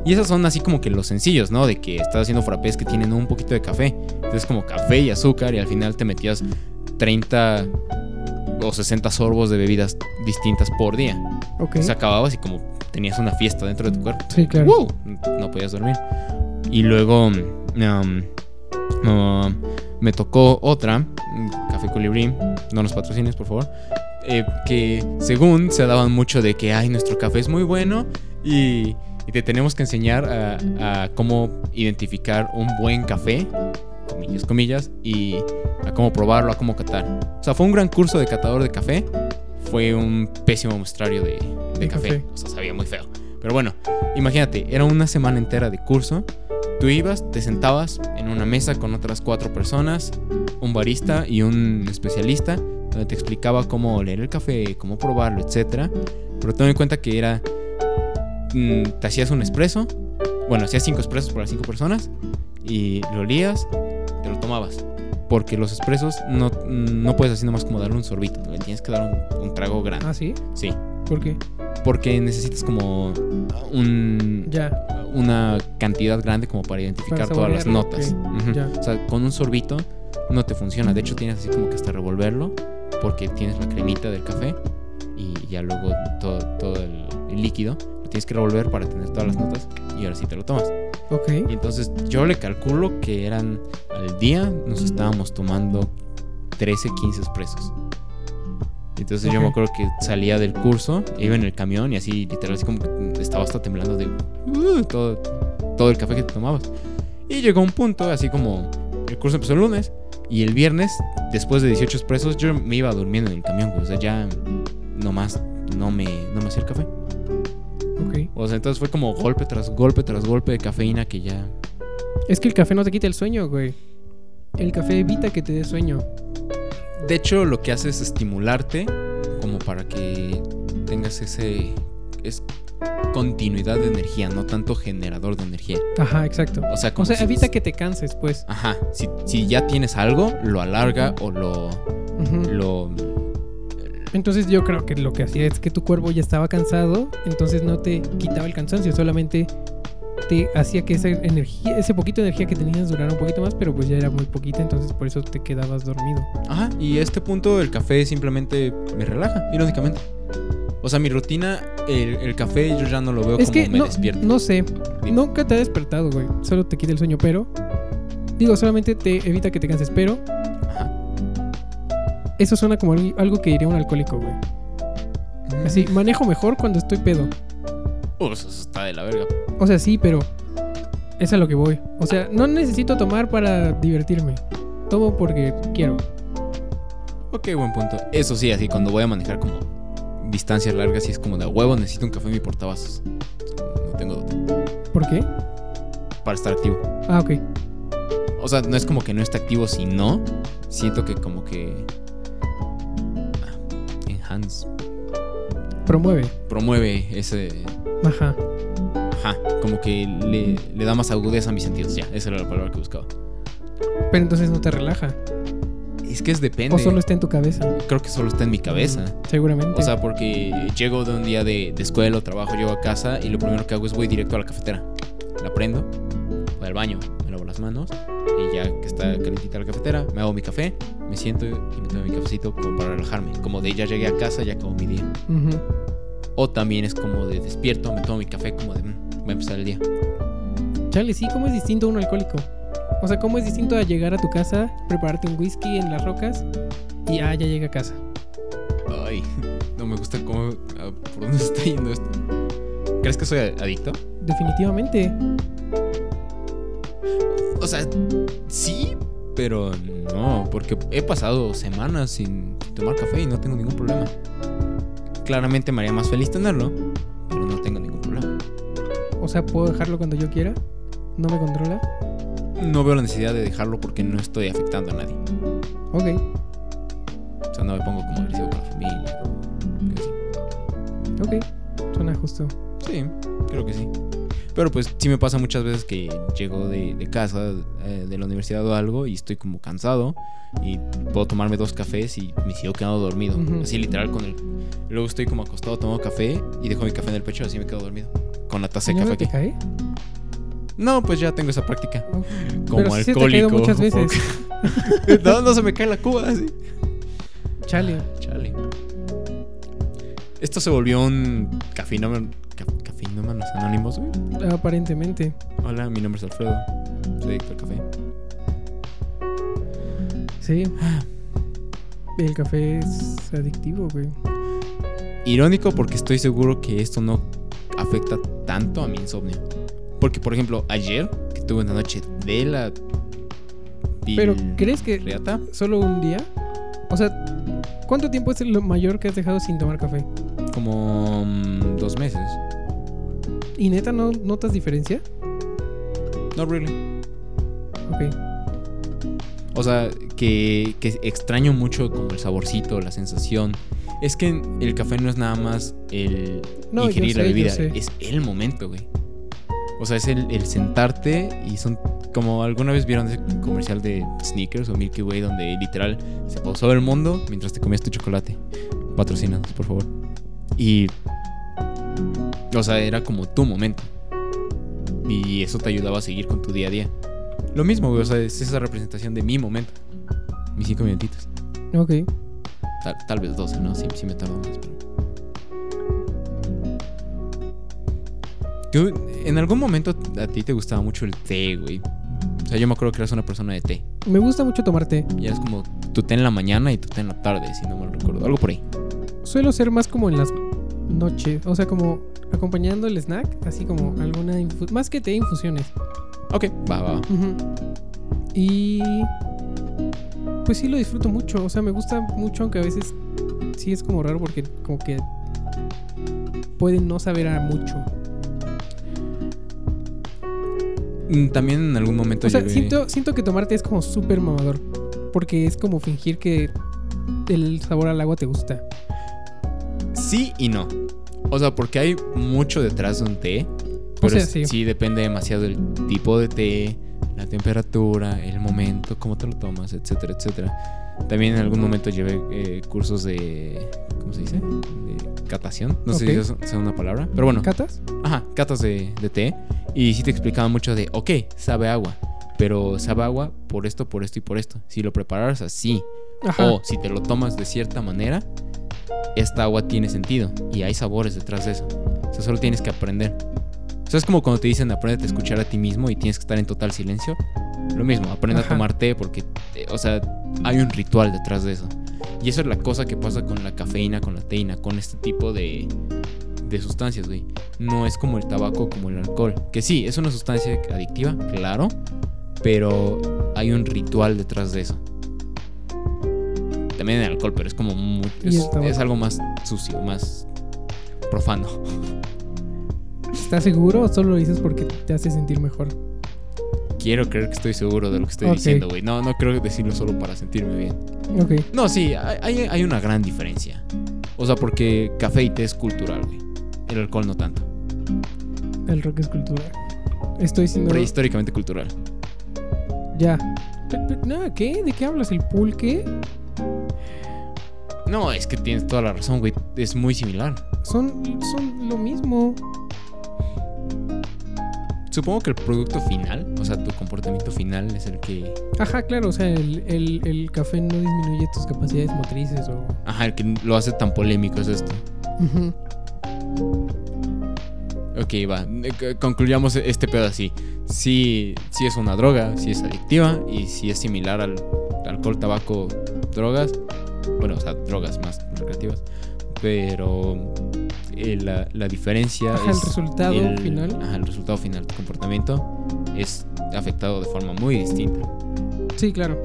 Speaker 1: Y esas son así como que los sencillos, ¿no? De que estás haciendo frappés que tienen un poquito de café. Entonces, como café y azúcar, y al final te metías 30 o 60 sorbos de bebidas distintas por día.
Speaker 2: Ok.
Speaker 1: Entonces, acababas y como tenías una fiesta dentro de tu cuerpo.
Speaker 2: Sí, claro.
Speaker 1: ¡Wow! No podías dormir. Y luego um, um, me tocó otra, mm, Café Colibrí, no nos patrocines, por favor. eh, que según se daban mucho de que, ay, nuestro café es muy bueno y, y te tenemos que enseñar a, a cómo identificar un buen café, comillas, comillas, y a cómo probarlo, a cómo catar. O sea, fue un gran curso de catador de café, fue un pésimo muestrario de, de
Speaker 2: De
Speaker 1: café.
Speaker 2: café.
Speaker 1: o sea, sabía muy feo. Pero bueno, imagínate, era una semana entera de curso. Tú ibas, te sentabas en una mesa con otras cuatro personas, un barista y un especialista, donde te explicaba cómo oler el café, cómo probarlo, etc. Pero ten en cuenta que era. mm, te hacías un espresso, bueno, hacías cinco espresos para cinco personas, y lo olías, te lo tomabas. Porque los espresos no, no puedes así nomás como darle un sorbito, le tienes que dar un, un trago grande.
Speaker 2: Ah, sí.
Speaker 1: Sí,
Speaker 2: ¿Por qué?
Speaker 1: porque necesitas como un,
Speaker 2: Ya.
Speaker 1: una cantidad grande como para identificar
Speaker 2: Para
Speaker 1: todas las
Speaker 2: saborearlo,
Speaker 1: notas.
Speaker 2: ok,
Speaker 1: Ujú.
Speaker 2: ya.
Speaker 1: O sea, con un sorbito no te funciona. De hecho, tienes así como que hasta revolverlo porque tienes la cremita del café y ya luego todo, todo el, el líquido lo tienes que revolver para tener todas las notas y ahora sí te lo tomas.
Speaker 2: Ok.
Speaker 1: Y entonces yo le calculo que eran al día nos estábamos tomando 13, 15 expresos. Entonces yo me
Speaker 2: Ok.
Speaker 1: acuerdo que salía del curso, iba en el camión y así literal así como que estaba hasta temblando de uh, todo, todo el café que te tomabas. Y llegó un punto, así como el curso empezó el lunes y el viernes, después de 18 expresos, yo me iba durmiendo en el camión, güey. O sea, ya nomás no me, no me hacía el café.
Speaker 2: Ok.
Speaker 1: O sea, entonces fue como golpe tras golpe tras golpe de cafeína que ya
Speaker 2: Es que el café no te quita el sueño, güey. El café evita que te dé sueño.
Speaker 1: De hecho, lo que hace es estimularte como para que tengas ese es continuidad de energía, no tanto generador de energía.
Speaker 2: Ajá, exacto.
Speaker 1: O sea, como
Speaker 2: O sea,
Speaker 1: si-
Speaker 2: evita que te canses, pues.
Speaker 1: Ajá, si, si ya tienes algo, lo alarga o lo,
Speaker 2: Ujú.
Speaker 1: lo...
Speaker 2: Entonces yo creo que lo que hacía es que tu cuerpo ya estaba cansado, entonces no te quitaba el cansancio, solamente te hacía que esa energía, ese poquito de energía que tenías durara un poquito más, pero pues ya era muy poquita, entonces por eso te quedabas dormido.
Speaker 1: Ajá, y a este punto el café simplemente me relaja, irónicamente. O sea, mi rutina, el, el café yo ya no lo veo
Speaker 2: es
Speaker 1: como
Speaker 2: que
Speaker 1: me
Speaker 2: no,
Speaker 1: despierta.
Speaker 2: no sé,
Speaker 1: Dime.
Speaker 2: nunca te ha despertado, güey. Solo te quita el sueño, pero digo, solamente te evita que te canses, pero
Speaker 1: Ajá.
Speaker 2: eso suena como al- algo que diría un alcohólico, güey. Así, manejo mejor cuando estoy pedo.
Speaker 1: Uh, eso está de la verga.
Speaker 2: O sea, sí, pero es a lo que voy. O sea, no necesito tomar para divertirme. Tomo porque quiero.
Speaker 1: Ok, buen punto. Eso sí, así cuando voy a manejar como distancias largas, sí es como de a huevo, necesito un café en mi portavasos. No tengo duda.
Speaker 2: ¿Por qué?
Speaker 1: Para estar activo.
Speaker 2: Ah, ok.
Speaker 1: O sea, no es como que no esté activo, sino siento que como que. ah, Enhance.
Speaker 2: Promueve.
Speaker 1: Promueve ese.
Speaker 2: Ajá.
Speaker 1: Ajá. Como que le, le da más agudeza a mis sentidos. Ya, esa era la palabra que buscaba.
Speaker 2: Pero entonces no te relaja.
Speaker 1: Es que es depende.
Speaker 2: O solo está en tu cabeza.
Speaker 1: Creo que solo está en mi cabeza.
Speaker 2: Seguramente.
Speaker 1: O sea, porque llego de un día de, de escuela o trabajo, llego a casa y lo primero que hago es voy directo a la cafetera. La prendo, voy al baño, me lavo las manos y ya que está calentita la cafetera, me hago mi café, me siento y me tomo mi cafecito como para relajarme. Como de ya llegué a casa, ya como mi día.
Speaker 2: Ujú.
Speaker 1: O también es como de despierto, me tomo mi café como de "Mm, voy a empezar el día.
Speaker 2: Chale, sí, ¿cómo es distinto a un alcohólico? O sea, ¿cómo es distinto a llegar a tu casa, prepararte un whisky en las rocas y ah, ya llega a casa?
Speaker 1: Ay, *laughs* no me gusta cómo, a- por dónde *laughs* se está yendo esto. ¿Crees que soy adicto?
Speaker 2: Definitivamente.
Speaker 1: O sea, sí, pero no, porque he pasado semanas sin tomar café y no tengo ningún problema. Claramente me haría más feliz tenerlo, pero no tengo ningún problema.
Speaker 2: O sea, ¿puedo dejarlo cuando yo quiera? ¿No me controla?
Speaker 1: No veo la necesidad de dejarlo porque no estoy afectando a nadie.
Speaker 2: Ok,
Speaker 1: O sea, no me pongo como agresivo con la familia. o así.
Speaker 2: ok. Suena justo.
Speaker 1: Sí, creo que sí. Pero pues sí me pasa muchas veces que llego de, de casa, eh, de la universidad o algo, y estoy como cansado y puedo tomarme dos cafés y me sigo quedando dormido.
Speaker 2: Ujú.
Speaker 1: Así literal con el... Luego estoy como acostado, tomo café y dejo mi café en el pecho, así me quedo dormido. Con la taza de
Speaker 2: ¿Ya
Speaker 1: café
Speaker 2: no te
Speaker 1: aquí.
Speaker 2: cae?
Speaker 1: No, pues ya tengo esa práctica.
Speaker 2: Ok.
Speaker 1: Como
Speaker 2: Pero sí se te ha caído
Speaker 1: alcohólico.
Speaker 2: muchas veces.
Speaker 1: porque- *laughs* no, no se me cae la cuba así.
Speaker 2: Chale.
Speaker 1: Chale. Esto se volvió un cafinómano. ca- Cafinómanos anónimos, güey.
Speaker 2: Aparentemente.
Speaker 1: Hola, mi nombre es Alfredo. Soy adicto al café.
Speaker 2: Sí. El café es adictivo, güey.
Speaker 1: Irónico porque estoy seguro que esto no afecta tanto a mi insomnio. Porque, por ejemplo, ayer, que tuve una noche de la...
Speaker 2: Pero,
Speaker 1: pil-
Speaker 2: ¿crees que
Speaker 1: reata,
Speaker 2: solo un día? O sea, ¿cuánto tiempo es lo mayor que has dejado sin tomar café?
Speaker 1: Como mm, dos meses.
Speaker 2: ¿Y neta no notas diferencia?
Speaker 1: No, really.
Speaker 2: Ok.
Speaker 1: O sea, que, que extraño mucho como el saborcito, la sensación. Es que el café no es nada más el
Speaker 2: No, yo
Speaker 1: ingerir la
Speaker 2: sé, yo
Speaker 1: bebida.
Speaker 2: sé.
Speaker 1: Es el momento, güey. O sea, es el, el sentarte y son como alguna vez vieron ese comercial de Sneakers o Milky Way donde literal se pausó el mundo mientras te comías tu chocolate. Patrocínanos, por favor. Y o sea, era como tu momento. Y eso te ayudaba a seguir con tu día a día. Lo mismo, güey, o sea, es esa representación de mi momento. Mis cinco minutitos.
Speaker 2: Ok.
Speaker 1: Tal, tal vez 12, ¿no? Sí, sí me tardo más, pero... Tú, en algún momento a ti te gustaba mucho el té, güey. O sea, yo me acuerdo que eras una persona de té.
Speaker 2: Me gusta mucho tomar té.
Speaker 1: Y eras como tu té en la mañana y tu té en la tarde, si no mal recuerdo. Algo por ahí.
Speaker 2: Suelo ser más como en las noches. O sea, como acompañando el snack, así como alguna infu- Más que té, infusiones.
Speaker 1: Ok, va, va, va.
Speaker 2: Ujú. Y. Pues sí, lo disfruto mucho. O sea, me gusta mucho, aunque a veces sí es como raro porque, como que. Puede no saber a mucho.
Speaker 1: Mm, También en algún momento
Speaker 2: O sea,
Speaker 1: llegué-
Speaker 2: siento, siento que tomarte es como súper mamador. Porque es como fingir que el sabor al agua te gusta.
Speaker 1: Sí y no. O sea, porque hay mucho detrás de un té.
Speaker 2: O
Speaker 1: Pero
Speaker 2: sea,
Speaker 1: es-
Speaker 2: Pues sí.
Speaker 1: sí. depende demasiado del tipo de té, la temperatura, el momento, cómo te lo tomas, etcétera, etcétera. También en algún momento llevé eh, cursos de. ¿Cómo se dice? De catación. No
Speaker 2: Ok.
Speaker 1: sé si eso sea una palabra. Pero bueno,
Speaker 2: ¿Catas?
Speaker 1: ajá, catas de, de té. Y sí te explicaba mucho de, ok, sabe a agua, pero sabe a agua por esto, por esto y por esto. Si lo prepararas así,
Speaker 2: Ajá.
Speaker 1: o si te lo tomas de cierta manera, esta agua tiene sentido y hay sabores detrás de eso. O sea, solo tienes que aprender. O sea, es como cuando te dicen aprende a escuchar a ti mismo y tienes que estar en total silencio. Lo mismo, aprende a
Speaker 2: Ajá.
Speaker 1: tomar té porque, eh, o sea, hay un ritual detrás de eso. Y eso es la cosa que pasa con la cafeína, con la teína, con este tipo de, de sustancias, güey. No es como el tabaco, como el alcohol. Que sí, es una sustancia adictiva, claro. Pero hay un ritual detrás de eso. También el alcohol, pero es como mu-
Speaker 2: Y
Speaker 1: es,
Speaker 2: el tabaco.
Speaker 1: es algo más sucio, más profano. *laughs*
Speaker 2: ¿Estás seguro o solo lo dices porque te hace sentir mejor?
Speaker 1: Quiero creer que estoy seguro de lo que estoy
Speaker 2: Ok.
Speaker 1: diciendo, güey. No, no creo decirlo solo para sentirme bien.
Speaker 2: Ok.
Speaker 1: No, sí, hay, hay- hay una gran diferencia. O sea, porque café y té es cultural, güey. El alcohol no tanto.
Speaker 2: El rock es cultura. Estoy siendo.
Speaker 1: Prehistóricamente cultural.
Speaker 2: Ya. Pe- pe- No, ¿qué? ¿De qué hablas? ¿El pulque?
Speaker 1: No, es que tienes toda la razón, güey. Es muy similar.
Speaker 2: Son, son lo mismo.
Speaker 1: Supongo que el producto final, o sea, tu comportamiento final es el que.
Speaker 2: Ajá, claro, o sea, el, el- el café no disminuye tus capacidades motrices o.
Speaker 1: Ajá, el que lo hace tan polémico es esto. Ok, va. eh, Concluyamos este pedo así. Sí, sí es una droga, sí es adictiva y sí es similar al alcohol, tabaco, drogas. Bueno, o sea, drogas más recreativas. Pero eh, la, la diferencia
Speaker 2: Ajá, el
Speaker 1: es
Speaker 2: resultado
Speaker 1: el-
Speaker 2: final.
Speaker 1: Ajá, el resultado final, tu comportamiento es afectado de forma muy distinta.
Speaker 2: Sí, claro.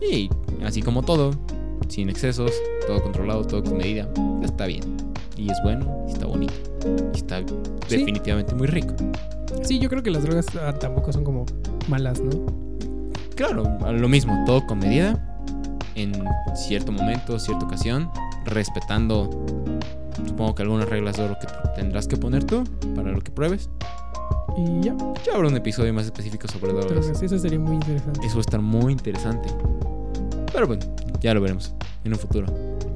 Speaker 1: Y así como todo, sin excesos, todo controlado, todo con medida, está bien. Y es bueno, y está bonito. Y está
Speaker 2: Sí.
Speaker 1: definitivamente muy rico.
Speaker 2: Sí, yo creo que las drogas ah, tampoco son como malas, ¿no?
Speaker 1: Claro, lo mismo, todo con medida, en cierto momento, cierta ocasión, respetando, supongo que algunas reglas de oro que tendrás que poner tú para lo que pruebes.
Speaker 2: Y ya,
Speaker 1: Ya habrá un episodio más específico sobre
Speaker 2: pero
Speaker 1: drogas.
Speaker 2: eso sería muy interesante.
Speaker 1: Eso va a estar muy interesante. Pero bueno, ya lo veremos en un futuro.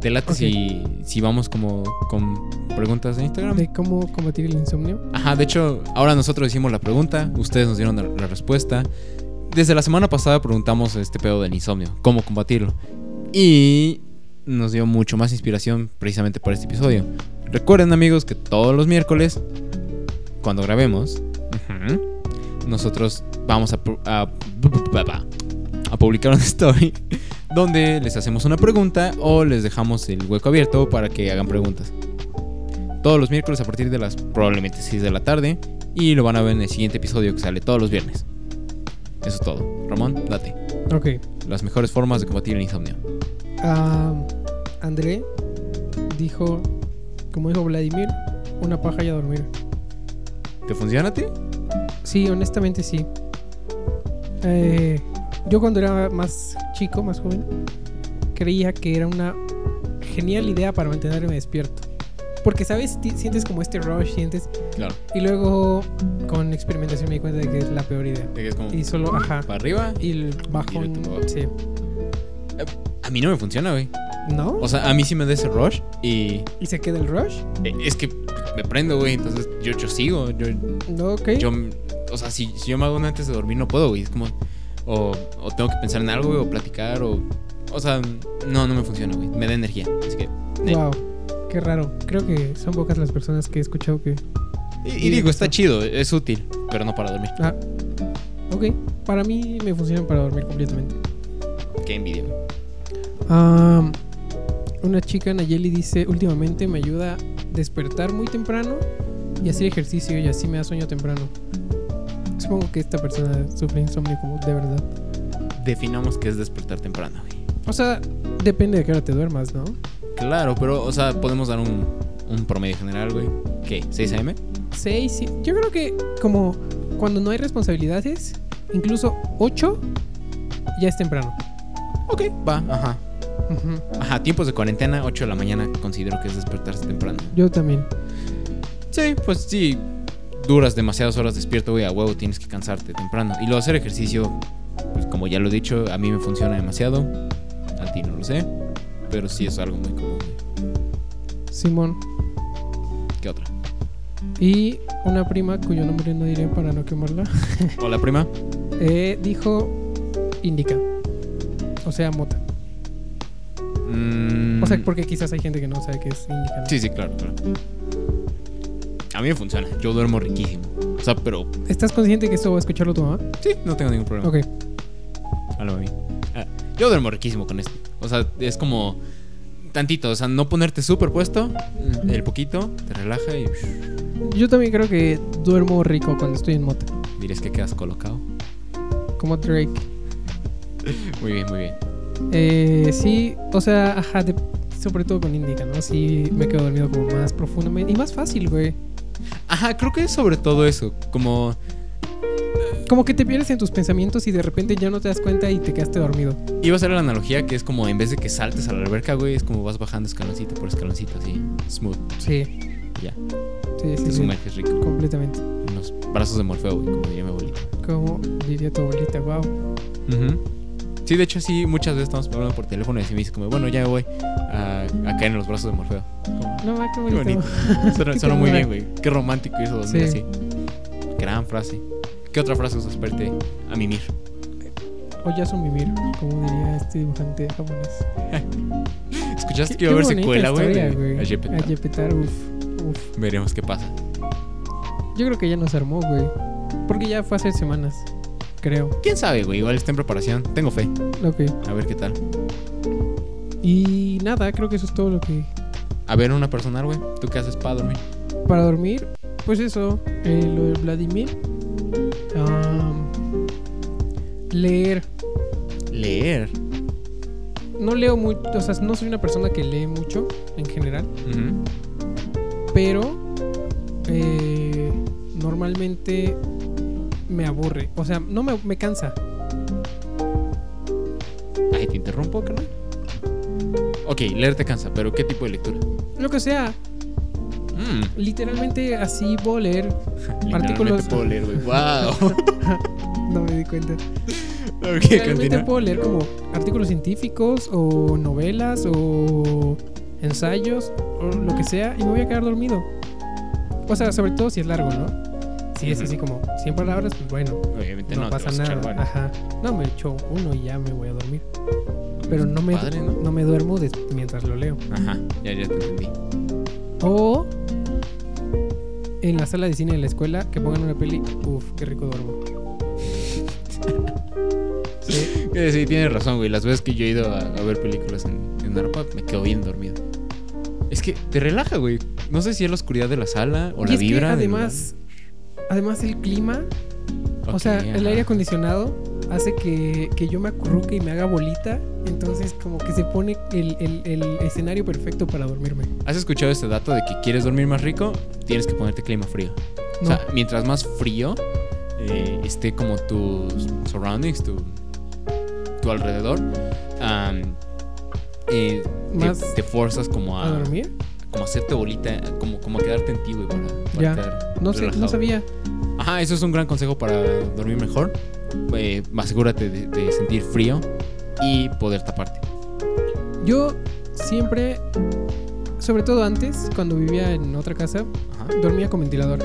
Speaker 1: ¿Te late
Speaker 2: Ok.
Speaker 1: si, si vamos como con preguntas de Instagram?
Speaker 2: De cómo combatir el insomnio.
Speaker 1: Ajá, de hecho, ahora nosotros hicimos la pregunta, ustedes nos dieron la, la respuesta. Desde la semana pasada preguntamos este pedo del insomnio, cómo combatirlo. Y nos dio mucho más inspiración precisamente para este episodio. Recuerden amigos que todos los miércoles, cuando grabemos, ujú, nosotros vamos a, pu- a- a publicar una story *laughs* donde les hacemos una pregunta o les dejamos el hueco abierto para que hagan preguntas todos los miércoles a partir de las probablemente 6 de la tarde y lo van a ver en el siguiente episodio que sale todos los viernes. Eso es todo. Ramón, date.
Speaker 2: Ok.
Speaker 1: Las mejores formas de combatir el insomnio.
Speaker 2: Ah, André dijo, como dijo Vladimir, una paja y a dormir.
Speaker 1: ¿Te funciona a ti?
Speaker 2: Sí, honestamente sí. Eh, yo cuando era más chico, más joven, creía que era una genial idea para mantenerme despierto. Porque, ¿sabes? Ti- Sientes como este rush, sientes...
Speaker 1: Claro.
Speaker 2: Y luego con experimentación me di cuenta de que es la peor idea.
Speaker 1: Es como
Speaker 2: Y solo, ajá.
Speaker 1: para arriba.
Speaker 2: Y el bajón...
Speaker 1: Directo para abajo.
Speaker 2: Sí.
Speaker 1: A mí no me funciona, güey.
Speaker 2: ¿No?
Speaker 1: O sea, a mí sí me da ese rush y
Speaker 2: ¿Y se queda el rush?
Speaker 1: eh, es que me prendo, güey. Entonces yo, yo sigo. Yo,
Speaker 2: No, ok.
Speaker 1: yo, o sea, si, si yo me hago una antes de dormir no puedo, güey. Es como... O, o tengo que pensar en algo, güey, o platicar, o... O sea, no, no me funciona, güey. Me da energía. Así que... eh.
Speaker 2: Wow. Qué raro. Creo que son pocas las personas que he escuchado que...
Speaker 1: Y,
Speaker 2: Y
Speaker 1: y digo, está
Speaker 2: eso.
Speaker 1: chido, es útil, pero no para dormir.
Speaker 2: Ah. Ok. Para mí me funcionan para dormir completamente.
Speaker 1: Qué envidia. güey.
Speaker 2: Am, una chica, Nayeli, dice, últimamente me ayuda a despertar muy temprano y hacer ejercicio y así me da sueño temprano. Supongo que esta persona sufre insomnio como de verdad.
Speaker 1: Definamos que es despertar temprano, güey.
Speaker 2: O sea, depende de qué hora te duermas, ¿no?
Speaker 1: Claro, pero, o sea, podemos dar un, un promedio general, güey. ¿Qué? ¿6 AM?
Speaker 2: 6, Yo creo que como cuando no hay responsabilidades, incluso 8 ya es temprano.
Speaker 1: Ok, va, ajá.
Speaker 2: Ujú.
Speaker 1: Ajá, tiempos de cuarentena, 8 de la mañana, considero que es despertarse temprano.
Speaker 2: Yo también.
Speaker 1: Sí, pues sí. Duras demasiadas horas despierto, güey, a huevo tienes que cansarte temprano. Y luego hacer ejercicio, pues como ya lo he dicho, a mí me funciona demasiado. A ti no lo sé, pero sí es algo muy común. güey.
Speaker 2: Simón.
Speaker 1: ¿Qué otra?
Speaker 2: Y una prima, cuyo nombre no diré para no quemarla,
Speaker 1: Hola, prima.
Speaker 2: eh, dijo indica. O sea, mota.
Speaker 1: Mm,
Speaker 2: O sea, porque quizás hay gente que no sabe qué es indica. ¿no?
Speaker 1: Sí, sí, claro, claro. A mí me funciona. Yo duermo riquísimo. O sea, pero.
Speaker 2: ¿Estás consciente que esto va a escucharlo tu mamá?
Speaker 1: Sí, no tengo ningún problema.
Speaker 2: Ok.
Speaker 1: A lo baby. Ah, Yo duermo riquísimo con esto. O sea, es como. Tantito. O sea, no ponerte súper puesto. El poquito. Te relaja y.
Speaker 2: Yo también creo que duermo rico cuando estoy en mota.
Speaker 1: Dirías que quedas colocado.
Speaker 2: Como Drake.
Speaker 1: Muy bien, muy bien.
Speaker 2: Eh, sí, o sea, ajá, de- sobre todo con indica, ¿no? Sí, me quedo dormido como más profundamente y más fácil, güey.
Speaker 1: Ajá, creo que es sobre todo eso. Como.
Speaker 2: Como que te pierdes en tus pensamientos y de repente ya no te das cuenta y te quedaste dormido.
Speaker 1: Iba a ser la analogía que es como en vez de que saltes a la alberca, güey, es como vas bajando escaloncito por escaloncito, así. Smooth.
Speaker 2: Sí,
Speaker 1: Ya. Te
Speaker 2: sí, sí. sí,
Speaker 1: sumerges rico.
Speaker 2: Completamente.
Speaker 1: En los brazos de Morfeo, güey, como diría mi abuelita.
Speaker 2: Como diría tu abuelita, wow.
Speaker 1: Ujú. Sí, de hecho, sí, muchas veces estamos hablando por teléfono y así me dice como, bueno, ya me voy a, a caer en los brazos de Morfeo. Como,
Speaker 2: No, va, qué
Speaker 1: Qué
Speaker 2: bonito.
Speaker 1: bonito. Suena,
Speaker 2: Qué
Speaker 1: suena muy
Speaker 2: ternura.
Speaker 1: bien, güey. Qué romántico hizo dormir
Speaker 2: Sí.
Speaker 1: así. Gran frase. ¿Qué otra frase usas para irte a mimir?
Speaker 2: O ya sumimir, como diría este dibujante japonés.
Speaker 1: ¿Escuchaste
Speaker 2: Qué-
Speaker 1: que iba a
Speaker 2: qué
Speaker 1: haber
Speaker 2: bonita
Speaker 1: secuela, güey?
Speaker 2: historia,
Speaker 1: de-
Speaker 2: güey.
Speaker 1: a Jeopardy?
Speaker 2: A Jepetar, uf, uf.
Speaker 1: Veremos qué pasa.
Speaker 2: Yo creo que ya nos armó, güey. Porque ya fue hace semanas, creo.
Speaker 1: ¿Quién sabe, güey? Igual está en preparación. Tengo fe.
Speaker 2: Ok.
Speaker 1: A ver qué tal.
Speaker 2: Y nada, creo que eso es todo lo que
Speaker 1: A ver una personal, güey. ¿Tú qué haces para dormir?
Speaker 2: Para dormir, pues eso, eh, lo de Vladimir. Am, leer.
Speaker 1: Leer.
Speaker 2: No leo mucho, o sea, no soy una persona que lee mucho en general,
Speaker 1: Ujú.
Speaker 2: pero eh, normalmente me aburre. O sea, no me, me cansa.
Speaker 1: Ay, te interrumpo, carnal. Ok, leer te cansa, pero ¿qué tipo de lectura?
Speaker 2: Lo que sea,
Speaker 1: Mm,
Speaker 2: literalmente así puedo leer. Artículos-
Speaker 1: literalmente puedo leer, *laughs* güey. ¡Wow!
Speaker 2: No me di cuenta.
Speaker 1: ok,
Speaker 2: Realmente
Speaker 1: continúa.
Speaker 2: puedo leer como artículos científicos o novelas o ensayos o lo que sea y me voy a quedar dormido. O sea, sobre todo si es largo, ¿no? Si es
Speaker 1: Ujú.
Speaker 2: así como 100 palabras, pues bueno,
Speaker 1: Obviamente
Speaker 2: no,
Speaker 1: no, te
Speaker 2: pasa
Speaker 1: vas a echar
Speaker 2: nada.
Speaker 1: varios.
Speaker 2: Ajá. No, me echo uno y ya me voy a dormir. Pero no me,
Speaker 1: Padre,
Speaker 2: ¿no?
Speaker 1: ¿no?
Speaker 2: me duermo des- mientras lo leo.
Speaker 1: Ajá, ya, ya te entendí.
Speaker 2: O en la sala de cine de la escuela que pongan una peli, uff, qué
Speaker 1: *laughs*
Speaker 2: rico duermo. Sí,
Speaker 1: Eh, Sí, tienes razón, güey. Las veces que yo he ido a, a ver películas en, en Narpa, me quedo bien dormido. Es que te relaja, güey. No sé si es la oscuridad de la sala o
Speaker 2: Y
Speaker 1: la
Speaker 2: es que
Speaker 1: vibra. del
Speaker 2: además, además el clima
Speaker 1: lugar.
Speaker 2: O sea,
Speaker 1: Ok,
Speaker 2: el
Speaker 1: ajá.
Speaker 2: aire acondicionado hace que, que yo me acurruque y me haga bolita. Entonces, como que se pone el, el- el escenario perfecto para dormirme.
Speaker 1: ¿Has escuchado este dato de que quieres dormir más rico? Tienes que ponerte clima frío. O
Speaker 2: No,
Speaker 1: sea, mientras más frío eh, esté como tus surroundings, tu, tu alrededor, am, eh, te-
Speaker 2: Más
Speaker 1: te, forzas como
Speaker 2: ¿A
Speaker 1: a,
Speaker 2: dormir?
Speaker 1: como a hacerte bolita, como, como a quedarte en ti, güey, para, para
Speaker 2: Ya.
Speaker 1: estar
Speaker 2: No, sé, no
Speaker 1: relajado.
Speaker 2: sabía.
Speaker 1: Ajá, eso es un gran consejo para dormir mejor. Eh, asegúrate de, de sentir frío y poder taparte.
Speaker 2: Yo siempre, sobre todo antes, cuando vivía en otra casa,
Speaker 1: Ajá.
Speaker 2: dormía con ventilador.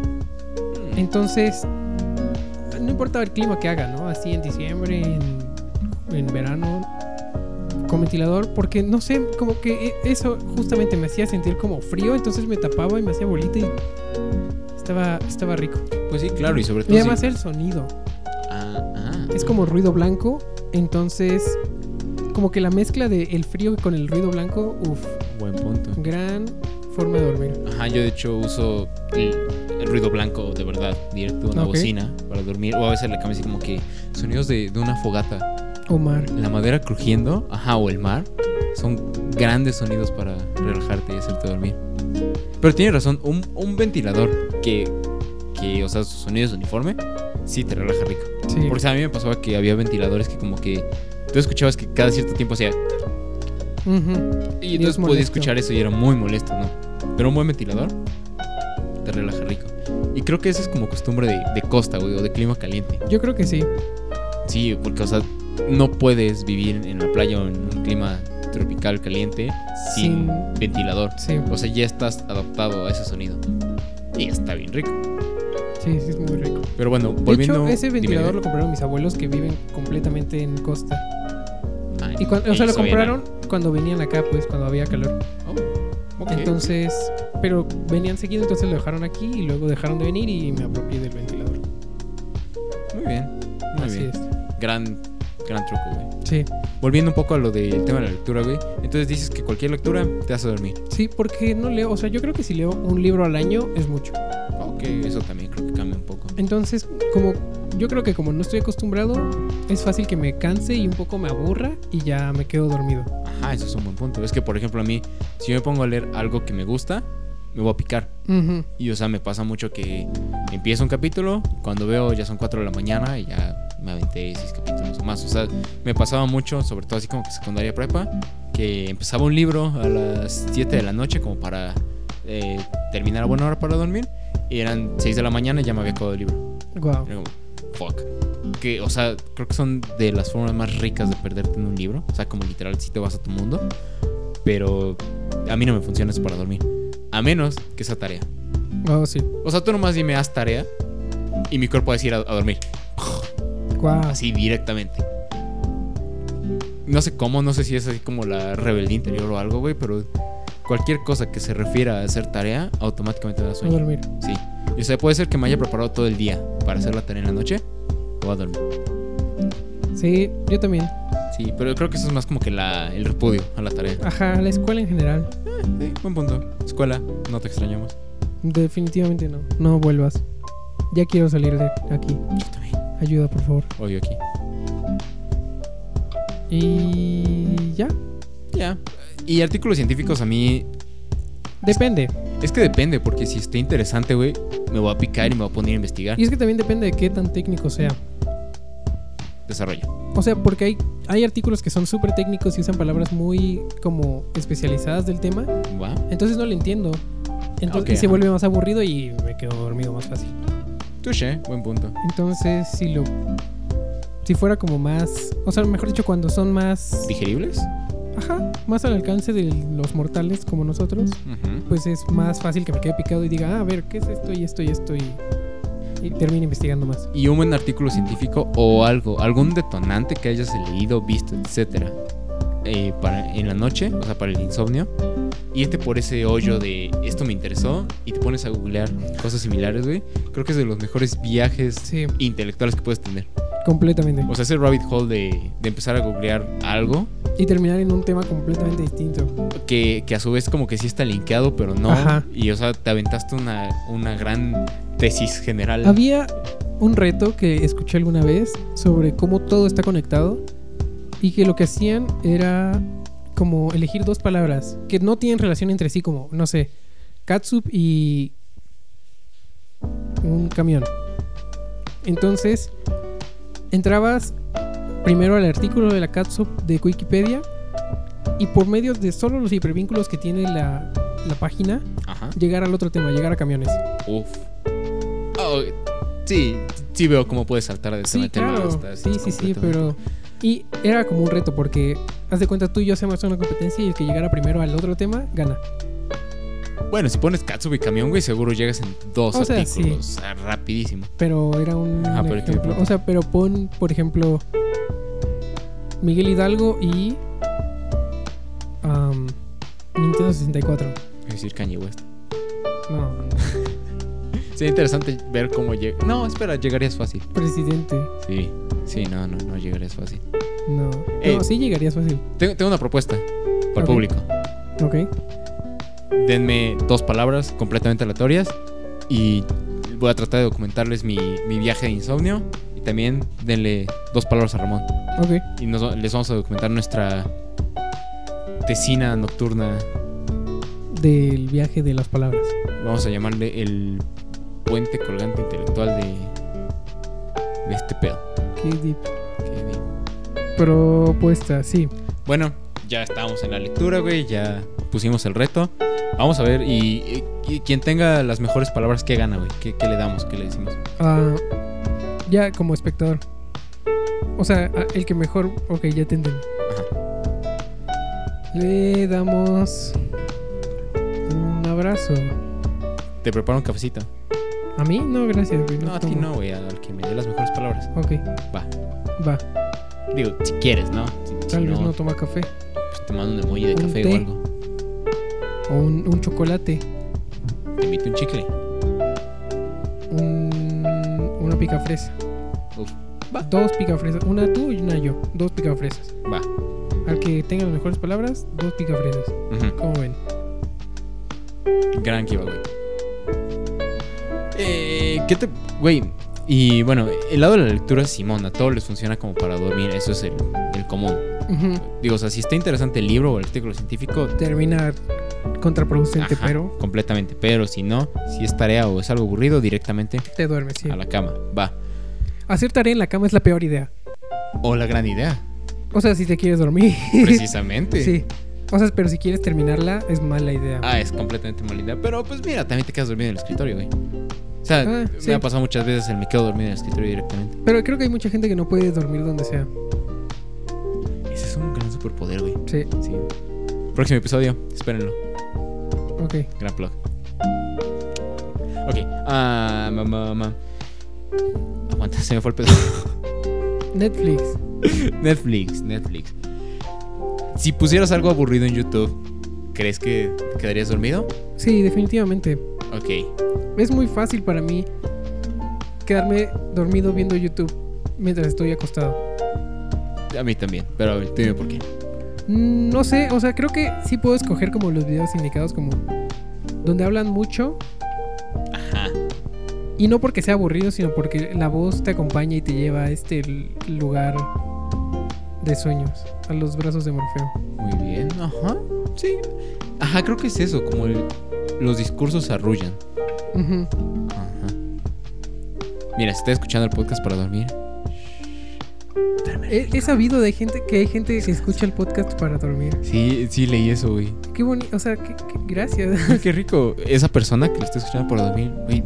Speaker 1: Mm.
Speaker 2: Entonces, no importaba el clima que haga, ¿no? Así en diciembre, en, en verano, con ventilador, porque no sé, como que e- eso justamente me hacía sentir como frío, entonces me tapaba y me hacía bolita y estaba, estaba rico.
Speaker 1: Pues sí, claro, y sobre todo.
Speaker 2: Y además
Speaker 1: si-
Speaker 2: el sonido,
Speaker 1: Ah, ah.
Speaker 2: es como ruido blanco, entonces como que la mezcla del el frío con el ruido blanco, uff,
Speaker 1: Buen punto.
Speaker 2: gran forma de dormir.
Speaker 1: Ajá, yo de hecho uso el, el ruido blanco de verdad, directo a una
Speaker 2: Ok.
Speaker 1: bocina para dormir. O a veces le cambio así como que sonidos de, de una fogata.
Speaker 2: Omar,
Speaker 1: La madera crujiendo, ajá, o el mar. Son grandes sonidos para relajarte y hacerte dormir. Pero tienes razón, un, un ventilador que, que, o sea, su sonido es uniforme, sí te relaja rico.
Speaker 2: sí.
Speaker 1: Porque a mí me pasaba que había ventiladores que como que tú escuchabas que cada cierto tiempo hacía...
Speaker 2: Ujú.
Speaker 1: Y entonces podía
Speaker 2: molesto.
Speaker 1: escuchar eso y era muy molesto, ¿no? Pero un buen ventilador te relaja rico. Y creo que esa es como costumbre de, de costa, güey, o de clima caliente.
Speaker 2: Yo creo que sí.
Speaker 1: Sí, porque, o sea, no puedes vivir en la playa o en un clima tropical caliente sin
Speaker 2: Sin-
Speaker 1: ventilador.
Speaker 2: Sí.
Speaker 1: O sea, ya estás adaptado a ese sonido. Y está bien rico.
Speaker 2: Sí, sí, es muy rico.
Speaker 1: Pero bueno,
Speaker 2: De
Speaker 1: volviendo.
Speaker 2: hecho, ese
Speaker 1: dime,
Speaker 2: ventilador
Speaker 1: dime.
Speaker 2: lo compraron mis abuelos que viven completamente en costa.
Speaker 1: Ay,
Speaker 2: Y cuan- o sea, lo
Speaker 1: Ah, eso era.
Speaker 2: compraron cuando venían acá, pues, cuando había calor.
Speaker 1: Oh, ok.
Speaker 2: Entonces, pero venían seguido, entonces lo dejaron aquí y luego dejaron de venir y me apropié del ventilador.
Speaker 1: Muy bien. Muy
Speaker 2: Así
Speaker 1: bien.
Speaker 2: es.
Speaker 1: Gran, gran truco, güey.
Speaker 2: Sí.
Speaker 1: Volviendo un poco a lo del tema de la lectura, güey. Entonces dices que cualquier lectura te hace dormir.
Speaker 2: Sí, porque no leo, o sea, yo creo que si leo un libro al año es mucho.
Speaker 1: Ok, eso también creo que cambia un poco.
Speaker 2: Entonces, como yo creo que como no estoy acostumbrado, es fácil que me canse y un poco me aburra y ya me quedo dormido.
Speaker 1: Ajá, eso es un buen punto. Es que, por ejemplo, a mí, si yo me pongo a leer algo que me gusta, me voy a picar. Y, o sea, me pasa mucho que empiezo un capítulo, cuando veo ya son 4 de la mañana y ya me aventé 6 capítulos o más. O sea, me pasaba mucho, sobre todo así como que secundaria prepa, que empezaba un libro a las 7 de la noche como para eh, terminar a buena hora para dormir. Y eran 6 de la mañana y ya me había acabado el libro.
Speaker 2: Wow.
Speaker 1: Era como, fuck. Que, o sea, creo que son de las formas más ricas de perderte en un libro. O sea, como literal, si te vas a tu mundo. Pero a mí no me funciona eso para dormir. A menos que esa tarea.
Speaker 2: Wow, sí.
Speaker 1: O sea, tú nomás dime haz tarea y mi cuerpo va a decir a, a dormir.
Speaker 2: Wow.
Speaker 1: Así directamente. No sé cómo, no sé si es así como la rebeldía interior o algo, güey, pero cualquier cosa que se refiera a hacer tarea, automáticamente me da
Speaker 2: A
Speaker 1: sueño.
Speaker 2: dormir.
Speaker 1: Sí. Y o sea, puede ser que me haya preparado todo el día para hacer la tarea en la noche o a dormir.
Speaker 2: Sí, yo también.
Speaker 1: Sí, pero creo que eso es más como que la, el repudio a la tarea.
Speaker 2: Ajá, la escuela en general.
Speaker 1: Sí, buen punto. Escuela, no te extrañamos.
Speaker 2: Definitivamente no. No vuelvas. Ya quiero salir de aquí.
Speaker 1: Yo también.
Speaker 2: Ayuda, por favor.
Speaker 1: Odio aquí.
Speaker 2: Y ya.
Speaker 1: Ya. Y artículos científicos a mí
Speaker 2: Depende.
Speaker 1: Es que depende, porque si está interesante, güey, me voy a picar y me voy a poner a investigar.
Speaker 2: Y es que también depende de qué tan técnico sea.
Speaker 1: Desarrolla.
Speaker 2: O sea, porque hay, hay artículos que son súper técnicos y usan palabras muy como especializadas del tema.
Speaker 1: ¿Va?
Speaker 2: Entonces no lo entiendo. Entonces
Speaker 1: Ok,
Speaker 2: y se
Speaker 1: ajá.
Speaker 2: vuelve más aburrido y me quedo dormido más fácil.
Speaker 1: Touché, buen punto.
Speaker 2: Entonces, si lo. Si fuera como más. O sea, mejor dicho, cuando son más.
Speaker 1: ¿Digeribles?
Speaker 2: Ajá, más al alcance de los mortales como nosotros,
Speaker 1: Ujú.
Speaker 2: pues es más fácil que me quede picado y diga, "Ah, a ver, ¿qué es esto y esto y esto? Y, y termine investigando más.
Speaker 1: Y un buen artículo científico o algo, algún detonante que hayas leído, visto, etcétera, eh, para, en la noche, o sea, para el insomnio. Y este por ese hoyo de esto me interesó y te pones a googlear cosas similares, güey. Creo que es de los mejores viajes
Speaker 2: Sí,
Speaker 1: intelectuales que puedes tener.
Speaker 2: completamente.
Speaker 1: O sea, ese rabbit hole de, de empezar a googlear algo
Speaker 2: Y terminar en un tema completamente distinto.
Speaker 1: que, que a su vez como que sí está linkeado, pero no.
Speaker 2: Ajá.
Speaker 1: Y o sea, te aventaste una, una gran tesis general.
Speaker 2: Había un reto que escuché alguna vez sobre cómo todo está conectado y que lo que hacían era como elegir dos palabras que no tienen relación entre sí, como, no sé, catsup y un camión. Entonces, entrabas primero al artículo de la catsup de Wikipedia y por medio de solo los hipervínculos que tiene la, la página,
Speaker 1: Ajá.
Speaker 2: llegar al otro tema, llegar a camiones.
Speaker 1: Uf. Oh, sí, sí veo cómo puedes saltar de
Speaker 2: Sí,
Speaker 1: tema a tema
Speaker 2: claro.
Speaker 1: hasta así
Speaker 2: Sí, sí, sí,
Speaker 1: completamente.
Speaker 2: pero... Y era como un reto porque, haz de cuenta, tú y yo hacemos una competencia y el que llegara primero al otro tema, gana.
Speaker 1: Bueno, si pones Katsubi y camión, güey, seguro llegas en dos
Speaker 2: O sea,
Speaker 1: artículos. ah, rapidísimo.
Speaker 2: Pero era un...
Speaker 1: Ah, pero qué
Speaker 2: ejemplo.
Speaker 1: bueno.
Speaker 2: O sea, pero pon, por ejemplo, Miguel Hidalgo y... am, Nintendo 64.
Speaker 1: Es decir, Kanye West.
Speaker 2: No,
Speaker 1: Sería interesante ver cómo llega. No, espera, llegarías fácil.
Speaker 2: presidente.
Speaker 1: Sí, sí, no, no, no llegarías fácil.
Speaker 2: No.
Speaker 1: Eh.
Speaker 2: No, sí llegarías fácil.
Speaker 1: Tengo, tengo una propuesta para el
Speaker 2: Ok.
Speaker 1: público.
Speaker 2: Ok.
Speaker 1: denme dos palabras completamente aleatorias y voy a tratar de documentarles mi, mi viaje de insomnio y también denle dos palabras a Ramón
Speaker 2: Ok.
Speaker 1: y nos, les vamos a documentar nuestra tesina nocturna
Speaker 2: Del viaje de las palabras.
Speaker 1: vamos a llamarle el puente colgante intelectual de de este pedo
Speaker 2: Qué deep.
Speaker 1: Qué bien.
Speaker 2: Propuesta, sí.
Speaker 1: bueno ya estábamos en la lectura güey ya pusimos el reto vamos a ver y, y- y quien tenga las mejores palabras que gana güey ¿Qué, qué le damos qué le decimos
Speaker 2: Ah, ya como espectador. O sea, a- el que mejor. Ok, ya te entendí. Le damos un abrazo.
Speaker 1: Te preparo un cafecito.
Speaker 2: ¿A mí? No, gracias, güey.
Speaker 1: No, a ti
Speaker 2: tomo.
Speaker 1: no, güey, al que me dé las mejores palabras.
Speaker 2: Ok,
Speaker 1: Va.
Speaker 2: va.
Speaker 1: Digo, si quieres, ¿no? Si, si
Speaker 2: Tal vez
Speaker 1: no,
Speaker 2: no toma café.
Speaker 1: pues te mando un emoji de
Speaker 2: Un
Speaker 1: café
Speaker 2: té.
Speaker 1: o algo.
Speaker 2: O un, un chocolate.
Speaker 1: Te invito un chicle.
Speaker 2: Un, una picafresa.
Speaker 1: Uf.
Speaker 2: Dos picafresas. Una tú y una yo. Dos picafresas.
Speaker 1: Va.
Speaker 2: Al que tenga las mejores palabras, dos picafresas.
Speaker 1: Ujú.
Speaker 2: ¿Cómo ven?
Speaker 1: Gran giveaway. Eh, ¿Qué te. Güey. Y bueno, el lado de la lectura, Simón, a todos les funciona como para dormir. Eso es el, el común.
Speaker 2: Ujú.
Speaker 1: Digo, o sea, si está interesante el libro o el artículo científico,
Speaker 2: Termina contraproducente,
Speaker 1: ajá,
Speaker 2: pero
Speaker 1: completamente. Pero si no, si es tarea o es algo aburrido, directamente
Speaker 2: te duermes, sí.
Speaker 1: a la cama. Va.
Speaker 2: Hacer tarea en la cama es la peor idea.
Speaker 1: O la gran idea.
Speaker 2: O sea, si te quieres dormir.
Speaker 1: Pues Precisamente.
Speaker 2: *laughs* sí. O sea, pero si quieres terminarla, es mala idea.
Speaker 1: Ah, es completamente mala idea. Pero pues mira, también te quedas dormido en el escritorio, güey. O sea,
Speaker 2: Ah,
Speaker 1: me
Speaker 2: sí.
Speaker 1: ha pasado muchas veces el me quedo dormido en el escritorio directamente.
Speaker 2: Pero creo que hay mucha gente que no puede dormir donde sea.
Speaker 1: Ese es un gran superpoder, güey.
Speaker 2: Sí,
Speaker 1: Sí. Próximo episodio, espérenlo.
Speaker 2: ok.
Speaker 1: Gran plug. Ok. Ah, mamá, mamá. Aguanta, se me fue el pedo. *laughs*
Speaker 2: Netflix.
Speaker 1: Netflix, Netflix. Si pusieras algo aburrido en YouTube, ¿crees que te quedarías dormido?
Speaker 2: Sí, definitivamente.
Speaker 1: Ok.
Speaker 2: Es muy fácil para mí quedarme dormido viendo YouTube mientras estoy acostado.
Speaker 1: A mí también, pero a ver, dime por qué.
Speaker 2: Mm, No sé, o sea, creo que sí puedo escoger como los videos indicados como donde hablan mucho
Speaker 1: Ajá.
Speaker 2: y no porque sea aburrido, sino porque la voz te acompaña y te lleva a este l- lugar de sueños, a los brazos de Morfeo.
Speaker 1: Muy bien, ajá. Sí. Ajá, creo que es eso, como el- los discursos arrullan.
Speaker 2: Ujú.
Speaker 1: Ajá. Mira, si estás escuchando el podcast para dormir.
Speaker 2: He, he sabido de gente que hay gente que escucha el podcast para dormir.
Speaker 1: Sí, sí, leí eso, güey.
Speaker 2: Qué bonito, o sea, qué- qué- gracias. *laughs*
Speaker 1: Güey, Qué rico. Esa persona que lo está escuchando para dormir, güey,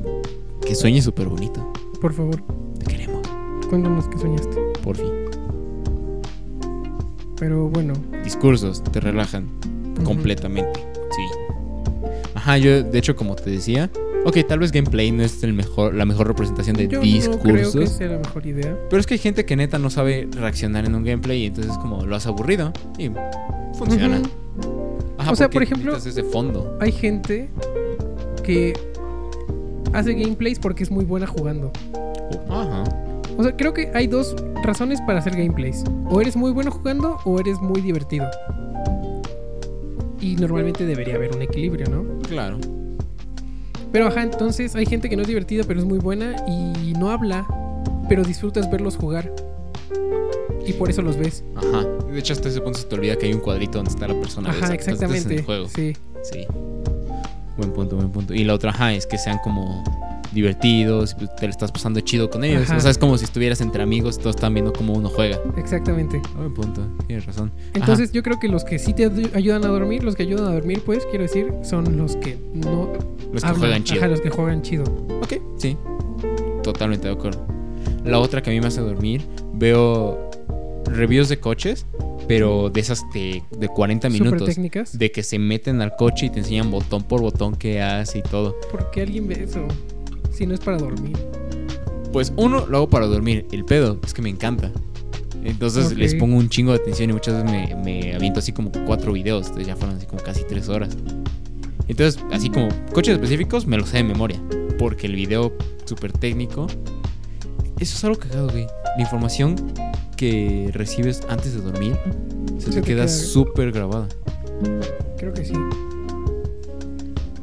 Speaker 1: que sueñe súper bonito.
Speaker 2: Por favor,
Speaker 1: Te queremos,
Speaker 2: cuéntanos qué soñaste.
Speaker 1: por fin.
Speaker 2: Pero bueno.
Speaker 1: Discursos te relajan
Speaker 2: ujú.
Speaker 1: completamente. Sí. Ajá, yo, de hecho, como te decía, ok, tal vez gameplay no es el mejor, la mejor representación de
Speaker 2: Yo
Speaker 1: discursos.
Speaker 2: no creo que sea la mejor idea.
Speaker 1: Pero es que hay gente que neta no sabe reaccionar en un gameplay y entonces como lo has aburrido y funciona.
Speaker 2: Ujú.
Speaker 1: Ajá,
Speaker 2: O sea,
Speaker 1: porque
Speaker 2: por ejemplo-
Speaker 1: necesitas ese fondo.
Speaker 2: Hay gente que hace gameplays porque es muy buena jugando. Oh.
Speaker 1: Ajá.
Speaker 2: O sea, creo que hay dos razones para hacer gameplays. O eres muy bueno jugando o eres muy divertido. Y normalmente debería haber un equilibrio, ¿no?
Speaker 1: Claro.
Speaker 2: Pero ajá, entonces hay gente que no es divertida pero es muy buena y no habla, pero disfrutas verlos jugar. Y por eso los ves.
Speaker 1: Ajá. De hecho, hasta ese punto se te olvida que hay un cuadrito donde está la persona.
Speaker 2: Ajá,
Speaker 1: exacto, entonces estás
Speaker 2: exactamente.
Speaker 1: En el juego.
Speaker 2: Sí.
Speaker 1: Sí. Buen punto, buen punto. Y la otra, ajá, es que sean como divertidos, pues, te lo estás pasando chido con ellos.
Speaker 2: Ajá.
Speaker 1: O sea, es como si estuvieras entre amigos, todos están viendo cómo uno juega.
Speaker 2: Exactamente.
Speaker 1: Buen punto, tienes razón. Ajá.
Speaker 2: Entonces yo creo que los que sí te ayu- ayudan a dormir, los que ayudan a dormir, pues quiero decir, son los que no
Speaker 1: los que
Speaker 2: hablan.
Speaker 1: juegan chido.
Speaker 2: Ajá, los que juegan chido.
Speaker 1: Ok, sí. Totalmente de acuerdo. La otra que a mí me hace dormir, veo reviews de coches, pero de esas de, de 40
Speaker 2: Super
Speaker 1: minutos.
Speaker 2: técnicas.
Speaker 1: De que se meten al coche y te enseñan botón por botón qué hace y todo.
Speaker 2: ¿Por qué alguien ve eso? Si no es para dormir.
Speaker 1: Pues uno, lo hago para dormir. El pedo es que me encanta. Entonces
Speaker 2: Ok.
Speaker 1: les pongo un chingo de atención y muchas veces me, me aviento así como cuatro videos. Entonces ya fueron así como casi tres horas. Entonces, así como coches específicos, me los sé de memoria. Porque el video súper técnico. Eso es algo cagado, güey. La información que recibes antes de dormir se te,
Speaker 2: Se te
Speaker 1: queda
Speaker 2: queda.
Speaker 1: súper grabada.
Speaker 2: Creo que sí.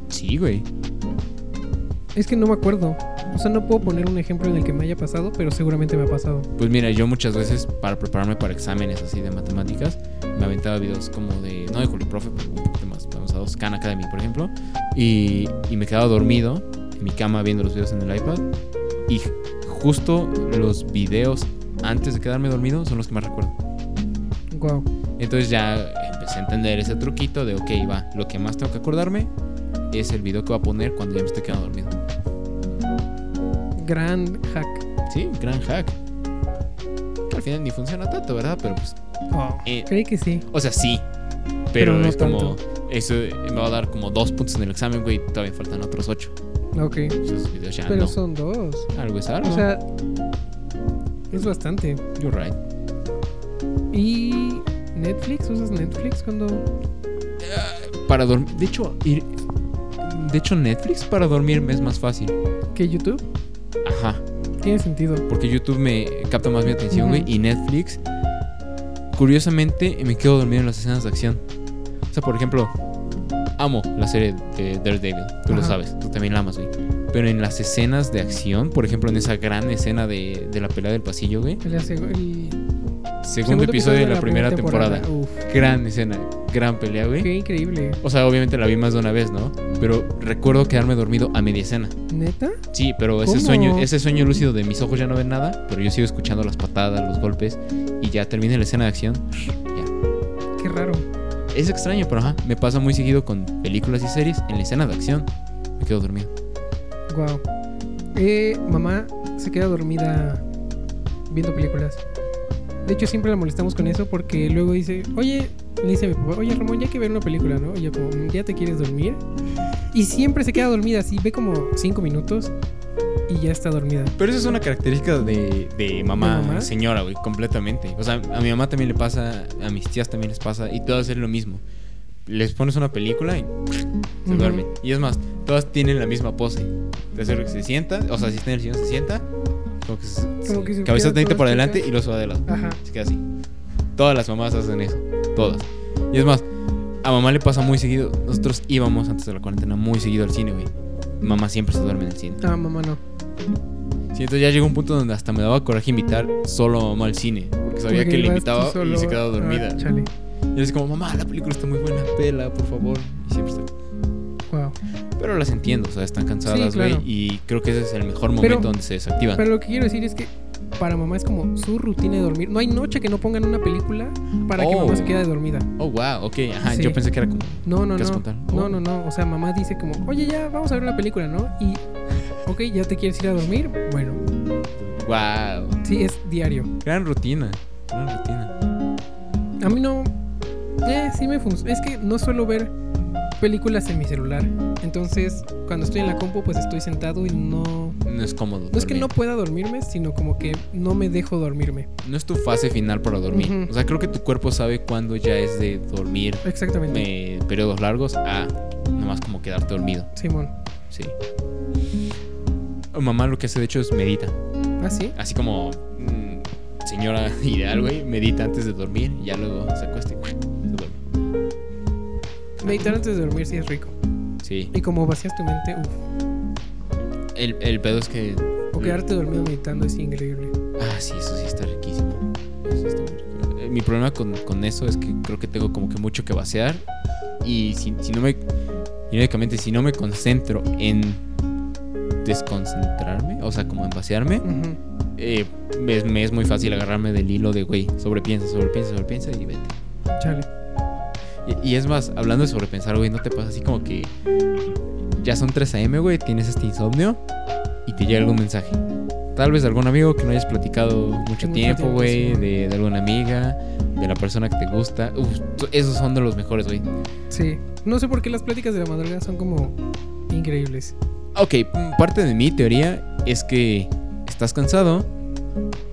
Speaker 1: Sí, güey.
Speaker 2: Es que no me acuerdo. O sea, no puedo poner un ejemplo en el que me haya pasado, pero seguramente me ha pasado.
Speaker 1: Pues mira, yo muchas veces para prepararme para exámenes así de matemáticas, me aventaba videos como de, no de Julio Profe, pero un poquito más avanzados, Khan Academy, por ejemplo, y, y me quedaba dormido en mi cama viendo los videos en el iPad, y justo los videos antes de quedarme dormido son los que más recuerdo.
Speaker 2: Wow.
Speaker 1: Entonces ya empecé a entender ese truquito de, ok, va, lo que más tengo que acordarme es el video que voy a poner cuando ya me esté quedando dormido.
Speaker 2: Gran hack.
Speaker 1: Sí, gran hack. Que al final ni funciona tanto, ¿verdad? Pero pues Eh,
Speaker 2: Creí que sí.
Speaker 1: O sea, sí. Pero,
Speaker 2: Pero no
Speaker 1: es como.
Speaker 2: tanto.
Speaker 1: Eso me va a dar como dos puntos en el examen, güey. Todavía faltan otros ocho.
Speaker 2: Ok.
Speaker 1: Pues esos videos ya
Speaker 2: Pero
Speaker 1: no.
Speaker 2: son dos.
Speaker 1: Algo es algo.
Speaker 2: O sea, es bastante.
Speaker 1: You're right.
Speaker 2: ¿Y Netflix? ¿Usas Netflix cuando...?
Speaker 1: Para dormir. De hecho, ir- de hecho, Netflix para dormir me es más fácil.
Speaker 2: que YouTube?
Speaker 1: Ajá.
Speaker 2: Tiene sentido.
Speaker 1: Porque YouTube me capta más mi atención, güey.
Speaker 2: Ujú.
Speaker 1: Y Netflix, curiosamente, me quedo dormido en las escenas de acción. O sea, por ejemplo, amo la serie de Daredevil. Tú lo
Speaker 2: Ajá.
Speaker 1: sabes. Tú también la amas, güey. Pero en las escenas de acción, por ejemplo, en esa gran escena de, de la pelea del pasillo, güey.
Speaker 2: El, seg- el
Speaker 1: Segundo, episodio de la, primera temporada.
Speaker 2: Uf,
Speaker 1: Gran escena, gran pelea, güey.
Speaker 2: qué increíble.
Speaker 1: O sea, obviamente la vi más de una vez, ¿no? Pero recuerdo quedarme dormido a media escena.
Speaker 2: ¿Neta?
Speaker 1: Sí, pero ese
Speaker 2: ¿Cómo?
Speaker 1: sueño, ese sueño lúcido de mis ojos ya no ven nada, pero yo sigo escuchando las patadas, los golpes y ya termina la escena de acción. Ya.
Speaker 2: Qué raro.
Speaker 1: Es extraño, pero ajá, me pasa muy seguido con películas y series en la escena de acción. Me quedo dormido.
Speaker 2: Wow. Eh, mamá se queda dormida viendo películas. De hecho, siempre la molestamos con eso porque luego dice, oye, le dice a mi papá, oye Ramón, ya hay que ver una película, ¿no? Y yo como, "Mm, ¿ya te quieres dormir? Y siempre se queda dormida, así ve como cinco minutos y ya está dormida.
Speaker 1: Pero eso es una característica de, de mamá,
Speaker 2: ¿De mamá?
Speaker 1: señora, güey, completamente. O sea, a mi mamá también le pasa, a mis tías también les pasa, y todas es lo mismo. Les pones una película y se
Speaker 2: Ujú.
Speaker 1: duermen. Y es más, todas tienen la misma pose. Te hace que se sienta, o sea, si está en el sillón se sienta, como que, se-
Speaker 2: Como que
Speaker 1: se-
Speaker 2: se
Speaker 1: cabeza
Speaker 2: queda
Speaker 1: tantito
Speaker 2: toda
Speaker 1: para adelante
Speaker 2: chueca.
Speaker 1: y los va de lado.
Speaker 2: Ajá.
Speaker 1: Se queda así. Todas las mamás hacen eso, todas. Y es más, a mamá le pasa muy seguido. Nosotros íbamos antes de la cuarentena muy seguido al cine, güey. Mamá siempre se duerme en el cine.
Speaker 2: Ah, mamá no.
Speaker 1: Sí, entonces ya llegó un punto donde hasta me daba coraje invitar solo a mamá al cine. Porque sabía
Speaker 2: Porque
Speaker 1: que le
Speaker 2: ibas tú
Speaker 1: invitaba
Speaker 2: solo.
Speaker 1: y se quedaba
Speaker 2: Ah,
Speaker 1: dormida.
Speaker 2: chale.
Speaker 1: y es como, mamá, la película está muy buena, pela, por favor. Y siempre está.
Speaker 2: Wow.
Speaker 1: Ah. Pero las entiendo, o sea, están cansadas,
Speaker 2: Sí,
Speaker 1: güey.
Speaker 2: claro.
Speaker 1: Y creo que ese es el mejor momento
Speaker 2: Pero-
Speaker 1: donde se desactivan.
Speaker 2: Pero lo que quiero decir es que para mamá es como su rutina de dormir. No hay noche que no pongan una película para que
Speaker 1: Oh.
Speaker 2: mamá se quede dormida.
Speaker 1: oh, wow, ok, ajá.
Speaker 2: Sí.
Speaker 1: Yo pensé que era como.
Speaker 2: No, no,
Speaker 1: ¿Qué vas a
Speaker 2: no.
Speaker 1: contar? Oh.
Speaker 2: No, no, no. O sea, mamá dice como, oye, ya vamos a ver la película, ¿no? Y, ok, ya te quieres ir a dormir. Bueno,
Speaker 1: Wow.
Speaker 2: sí, es diario.
Speaker 1: Gran rutina. Gran rutina.
Speaker 2: A mí no. Eh, sí me funciona. Es que no suelo ver películas en mi celular. Entonces, cuando estoy en la compu, pues estoy sentado y no.
Speaker 1: No es cómodo.
Speaker 2: No es que no
Speaker 1: dormir.
Speaker 2: pueda dormirme, sino como que no me dejo dormirme.
Speaker 1: No es tu fase final para dormir.
Speaker 2: Ujú.
Speaker 1: O sea, creo que tu cuerpo sabe cuándo ya es de dormir
Speaker 2: Exactamente.
Speaker 1: eh, periodos largos a nomás como quedarte dormido.
Speaker 2: Simón.
Speaker 1: Sí. Mamá lo que hace de hecho es medita.
Speaker 2: ¿Ah, sí?
Speaker 1: Así como mm, señora *laughs* ideal, güey, medita antes de dormir y ya luego se acuesta y se duerme. Ah,
Speaker 2: Meditar antes de dormir sí es rico.
Speaker 1: Sí.
Speaker 2: Y como vacías tu mente, uff.
Speaker 1: El, el pedo es que.
Speaker 2: O quedarte dormido meditando es increíble.
Speaker 1: Ah, sí, eso sí está riquísimo. Eso sí está muy rico. Eh, Mi problema con, con eso es que creo que tengo como que mucho que vaciar. Y si, si no me. Irónicamente, si no me concentro en desconcentrarme, o sea, como en vaciarme,
Speaker 2: Ujú.
Speaker 1: eh, me, me es muy fácil agarrarme del hilo de, güey, sobrepiensa, sobrepiensa, sobrepiensa y vete.
Speaker 2: Chale.
Speaker 1: Y, y es más, hablando de sobrepensar, güey, ¿no te pasa así como que ya son 3 a.m., güey, tienes este insomnio y te llega algún mensaje? Tal vez de algún amigo que no hayas platicado mucho
Speaker 2: mucho
Speaker 1: tiempo,
Speaker 2: tiempo,
Speaker 1: güey,
Speaker 2: sí.
Speaker 1: de, de alguna amiga, de la persona que te gusta. Uf, t- esos son de los mejores, güey.
Speaker 2: Sí. No sé por qué las pláticas de la madrugada son como increíbles.
Speaker 1: Ok, mm, parte de mi teoría es que estás cansado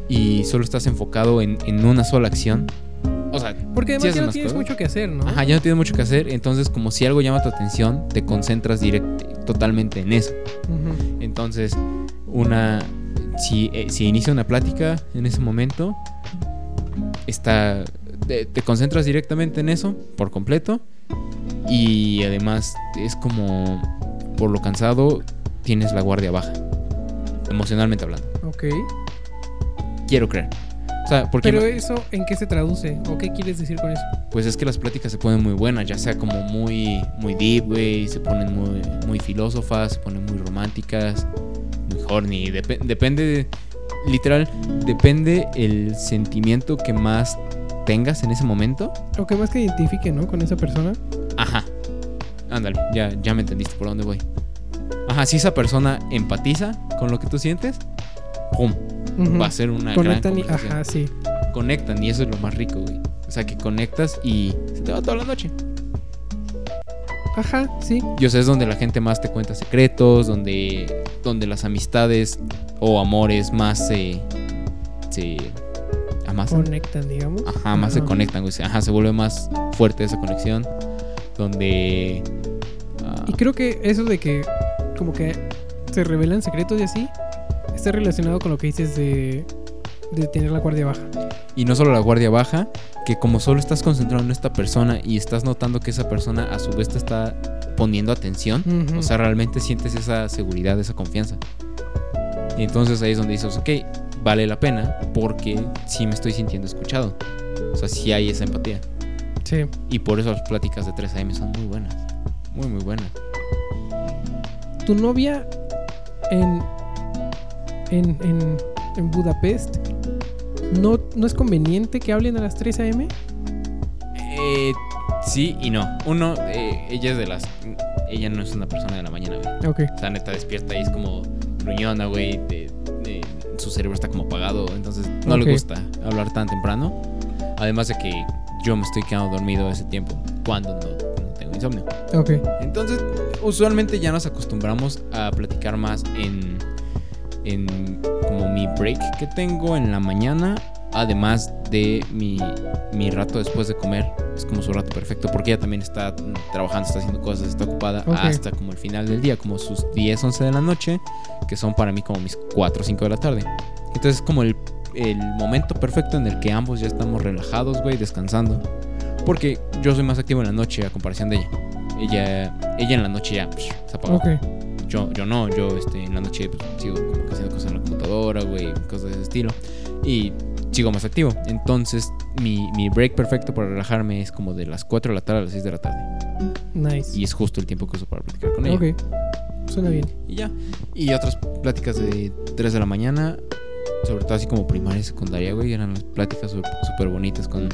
Speaker 1: y solo estás enfocado en, en una sola acción. O sea,
Speaker 2: Porque
Speaker 1: Sí,
Speaker 2: además
Speaker 1: hacen
Speaker 2: ya no
Speaker 1: más
Speaker 2: tienes
Speaker 1: cosas.
Speaker 2: mucho que hacer, ¿no?
Speaker 1: Ajá, ya no tienes mucho que hacer, entonces como si algo llama tu atención, te concentras directo, totalmente en eso.
Speaker 2: Ujú.
Speaker 1: Entonces, una si, eh, si inicia una plática en ese momento, está, te, te concentras directamente en eso por completo y además es como por lo cansado tienes la guardia baja, emocionalmente hablando.
Speaker 2: Ok.
Speaker 1: Quiero creer. O sea, porque
Speaker 2: Pero eso, ¿en qué se traduce? ¿O qué quieres decir con eso?
Speaker 1: pues es que las pláticas se ponen muy buenas, ya sea como muy, muy deep, güey, se ponen muy, muy filósofas, se ponen muy románticas, muy horny, depe- depende, literal, depende el sentimiento que más tengas en ese momento.
Speaker 2: O que más que identifique, ¿no? Con esa persona.
Speaker 1: Ajá, ándale, ya, ya me entendiste por dónde voy. Ajá, si esa persona empatiza con lo que tú sientes, ¡pum!
Speaker 2: Ujú.
Speaker 1: Va a ser una
Speaker 2: Conectan
Speaker 1: gran
Speaker 2: y.
Speaker 1: conversación.
Speaker 2: Ajá, sí.
Speaker 1: Conectan y eso es lo más rico, güey. O sea, que conectas y se te va toda la noche.
Speaker 2: Ajá, sí.
Speaker 1: Yo sé, es donde la gente más te cuenta secretos, donde, donde las amistades o amores más se. se amasan.
Speaker 2: Conectan, digamos.
Speaker 1: Ajá, más se
Speaker 2: Ajá.
Speaker 1: conectan, güey. Ajá, se vuelve más fuerte esa conexión. Donde. ah,
Speaker 2: Y creo que eso de que como que se revelan secretos y así está relacionado con lo que dices de, de tener la guardia baja.
Speaker 1: y no solo la guardia baja, que como solo estás concentrado en esta persona y estás notando que esa persona a su vez te está poniendo atención,
Speaker 2: Ujú.
Speaker 1: o sea, realmente sientes esa seguridad, esa confianza. Y entonces ahí es donde dices, ok, vale la pena porque sí me estoy sintiendo escuchado. O sea, sí hay esa empatía.
Speaker 2: Sí.
Speaker 1: Y por eso las pláticas de 3 AM son muy buenas. Muy, muy buenas.
Speaker 2: Tu novia en, en, en, en Budapest, ¿no, ¿no es conveniente que hablen a las 3 a.m.?
Speaker 1: Eh, sí y no. Uno, eh, ella es de las... Ella no es una persona de la mañana, güey.
Speaker 2: Ok.
Speaker 1: O sea, neta despierta y es como gruñona, güey. de- de- su cerebro está como apagado, entonces no
Speaker 2: Ok.
Speaker 1: le gusta hablar tan temprano. Además de que yo me estoy quedando dormido ese tiempo cuando no, no tengo insomnio.
Speaker 2: Ok.
Speaker 1: Entonces, usualmente ya nos acostumbramos a platicar más en, en como mi break que tengo en la mañana, además de mi, mi rato después de comer. Es como su rato perfecto, porque ella también está mm, trabajando, está haciendo cosas, está ocupada
Speaker 2: Ok.
Speaker 1: hasta como el final del día, como sus 10, 11 de la noche, que son para mí como mis 4 o 5 de la tarde. Entonces es como el, el momento perfecto en el que ambos ya estamos relajados, güey, descansando. Porque yo soy más activo en la noche a comparación de ella. Ella, ella en la noche ya psh, se apagó.
Speaker 2: Ok.
Speaker 1: Yo, yo no, yo este, en la noche pues, sigo como que haciendo cosas en la computadora, güey, cosas de ese estilo. Y sigo más activo. Entonces mi, mi break perfecto para relajarme es como de las 4 de la tarde a las 6 de la tarde.
Speaker 2: Nice.
Speaker 1: Y es justo el tiempo que uso para platicar con ella.
Speaker 2: Ok. Suena bien.
Speaker 1: Y ya. Y otras pláticas de 3 de la mañana, sobre todo así como primaria y secundaria, güey, eran las pláticas súper bonitas con...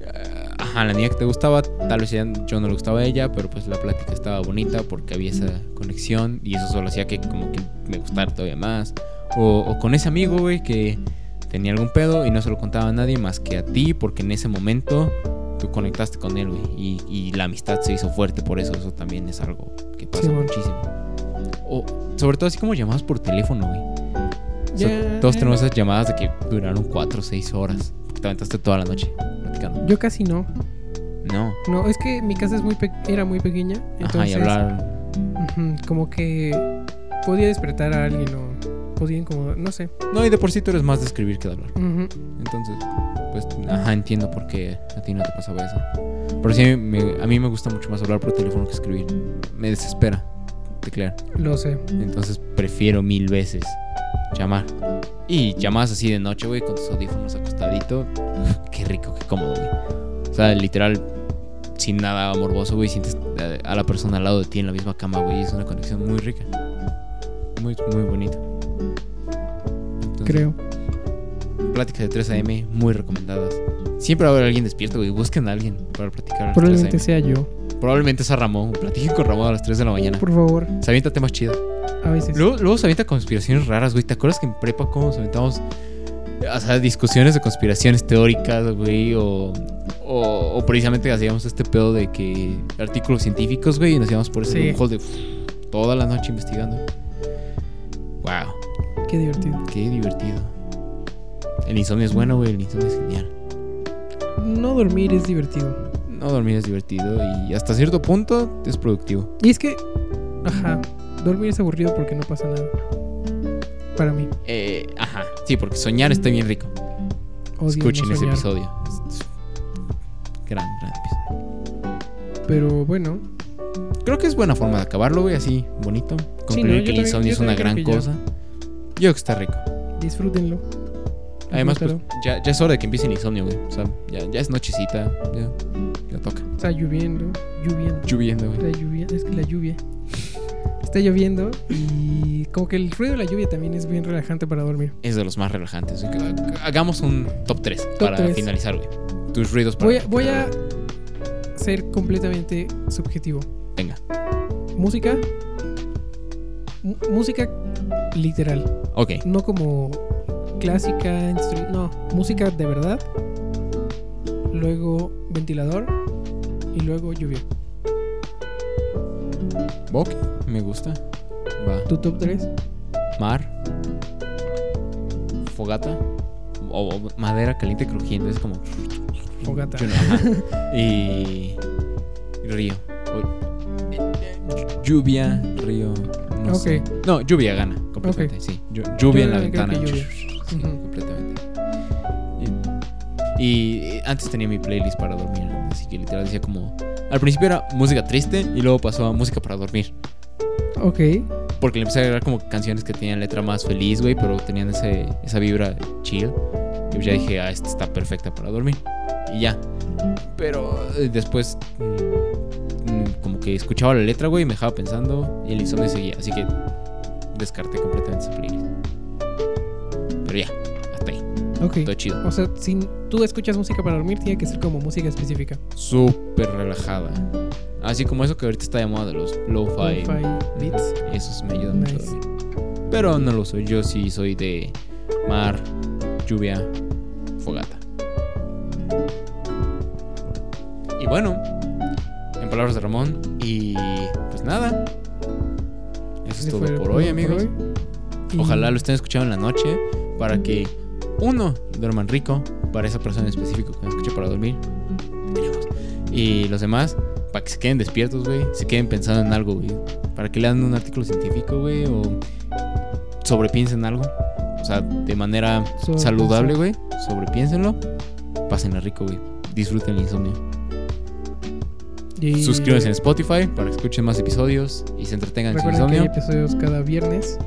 Speaker 1: eh, Ajá, la niña que te gustaba, tal vez ella- yo no le gustaba a ella, pero pues la plática estaba bonita porque había esa conexión y eso solo hacía que como que me gustara todavía más. O, o con ese amigo, güey, que tenía algún pedo y no se lo contaba a nadie más que a ti porque en ese momento tú conectaste con él, güey, y, y la amistad se hizo fuerte por eso, eso también es algo que pasa
Speaker 2: Simón.
Speaker 1: muchísimo. O, sobre todo así como llamadas por teléfono, güey. O sea,
Speaker 2: Ya.
Speaker 1: todos tenemos esas llamadas de que duraron 4 o 6 horas. porque Te aventaste toda la noche platicando.
Speaker 2: Yo casi no.
Speaker 1: No.
Speaker 2: No, es que mi casa es muy pe- era muy pequeña. Entonces,
Speaker 1: Ajá, y hablar.
Speaker 2: ujú, como que podía despertar a alguien o podía incomodar, no sé.
Speaker 1: No, y de por sí tú eres más de escribir que de hablar.
Speaker 2: Ujú.
Speaker 1: Entonces, pues, ajá, entiendo por qué a ti no te pasaba eso. Pero sí, me- a mí me gusta mucho más hablar por teléfono que escribir. Me desespera teclear.
Speaker 2: Lo sé.
Speaker 1: Entonces prefiero mil veces llamar. Y llamadas así de noche, güey, con tus audífonos acostadito. *laughs* Qué rico, qué cómodo, güey. O sea, literal, sin nada morboso, güey. Sientes eh, a la persona al lado de ti en la misma cama, güey. y Es una conexión muy rica. Muy, muy bonita. Entonces,
Speaker 2: Creo.
Speaker 1: Pláticas de 3 AM muy recomendadas. Siempre va a haber alguien despierto, güey. Busquen a alguien para platicar a las 3
Speaker 2: Probablemente
Speaker 1: AM.
Speaker 2: sea yo.
Speaker 1: Probablemente sea Ramón. Platiquen con Ramón a las 3 de la mañana.
Speaker 2: Por favor,
Speaker 1: Se avienta temas chidos.
Speaker 2: a veces.
Speaker 1: Luego, luego se avienta conspiraciones raras, güey. ¿Te acuerdas que en prepa cómo nos aventamos? O sea, discusiones de conspiraciones teóricas, güey. O, o, o precisamente hacíamos este pedo de que artículos científicos, güey. Y nos íbamos por ese
Speaker 2: Sí.
Speaker 1: wormhole de toda la noche investigando. Wow,
Speaker 2: Qué divertido.
Speaker 1: qué divertido. El insomnio es bueno, güey. El insomnio es genial.
Speaker 2: No dormir es divertido.
Speaker 1: No dormir es divertido y hasta cierto punto es productivo.
Speaker 2: Y es que, ajá, dormir es aburrido porque no pasa nada. Para mí.
Speaker 1: Eh, ajá, sí, porque soñar está bien rico.
Speaker 2: Odio
Speaker 1: Escuchen
Speaker 2: no
Speaker 1: ese
Speaker 2: soñar.
Speaker 1: episodio. Es- es- Gran, gran episodio.
Speaker 2: Pero bueno,
Speaker 1: Creo que es buena forma de acabarlo, güey, así, bonito. Concluir
Speaker 2: yo
Speaker 1: que el
Speaker 2: también-
Speaker 1: insomnio
Speaker 2: yo
Speaker 1: es una
Speaker 2: también creo
Speaker 1: gran
Speaker 2: que ya.
Speaker 1: cosa. Yo creo que está rico.
Speaker 2: disfrútenlo.
Speaker 1: Además, pues,
Speaker 2: Disfrútalo.
Speaker 1: ya, ya es hora de que empiece el insomnio, güey. O sea, ya, ya es nochecita, ya, ya toca.
Speaker 2: Está lloviendo, lloviendo.
Speaker 1: Lloviendo, güey.
Speaker 2: La lluvia, es que la lluvia. Está lloviendo y como que el ruido de la lluvia también es bien relajante para dormir.
Speaker 1: Es de los más relajantes. güey. Hagamos un top 3 para
Speaker 2: tres.
Speaker 1: finalizar, güey. Tus ruidos para
Speaker 2: Voy a, voy a ser completamente subjetivo.
Speaker 1: Venga.
Speaker 2: Música. mu- música literal.
Speaker 1: Ok.
Speaker 2: No como clásica, instru- no, música de verdad. Luego ventilador y luego lluvia.
Speaker 1: Ok, me gusta. Va.
Speaker 2: ¿Tu top 3?
Speaker 1: Mar. Fogata. O o madera caliente crujiente. Es como.
Speaker 2: Fogata.
Speaker 1: Yo no,
Speaker 2: *laughs*
Speaker 1: ajá. Y. Río. O- Lluvia, río. No
Speaker 2: Ok.
Speaker 1: sé. No, lluvia gana. Completamente, sí. Llu- Lluvia en la
Speaker 2: Yo creo
Speaker 1: ventana.
Speaker 2: que lluvia.
Speaker 1: Sí,
Speaker 2: Ujú.
Speaker 1: completamente. Y, y antes tenía mi playlist para dormir, así que literal decía como... Al principio era música triste y luego pasó a música para dormir.
Speaker 2: Ok.
Speaker 1: Porque le empecé a agregar como canciones que tenían letra más feliz, güey, pero tenían ese, esa vibra chill. Y ya dije, ah, esta está perfecta para dormir. Y ya. Pero eh, después mm, mm, como que escuchaba la letra, güey, y me dejaba pensando y el insomnio seguía. Así que descarté completamente esa playlist. Pero ya, hasta ahí.
Speaker 2: Ok.
Speaker 1: Todo chido.
Speaker 2: O sea, si tú escuchas música para dormir, tiene que ser como música específica.
Speaker 1: súper relajada. Así como eso que ahorita está llamado de los lo-fi
Speaker 2: Lo-fi beats.
Speaker 1: Eso me ayuda mucho. a
Speaker 2: Nice.
Speaker 1: dormir. Pero no lo soy. Yo sí soy de mar, lluvia, fogata. Y bueno, en palabras de Ramón. Y pues nada. Eso es
Speaker 2: Ese
Speaker 1: todo
Speaker 2: Pues fue el
Speaker 1: por hoy,
Speaker 2: programa por
Speaker 1: amigos.
Speaker 2: hoy. Y-
Speaker 1: Ojalá lo estén escuchando en la noche para que uno duerman rico para esa persona en específico que nos escucha para dormir. Te queremos. Y los demás para que se queden despiertos, güey, se queden pensando en algo, güey, para que lean un artículo científico, güey, o sobrepiensen algo, o sea, de manera
Speaker 2: Sobre-
Speaker 1: saludable, güey, sobrepiénsenlo, pásenla rico, güey. Disfruten el insomnio.
Speaker 2: y-
Speaker 1: Suscríbanse en Spotify para que escuchen más episodios y se entretengan en su
Speaker 2: Recuerden que hay
Speaker 1: insomnio.
Speaker 2: episodios cada viernes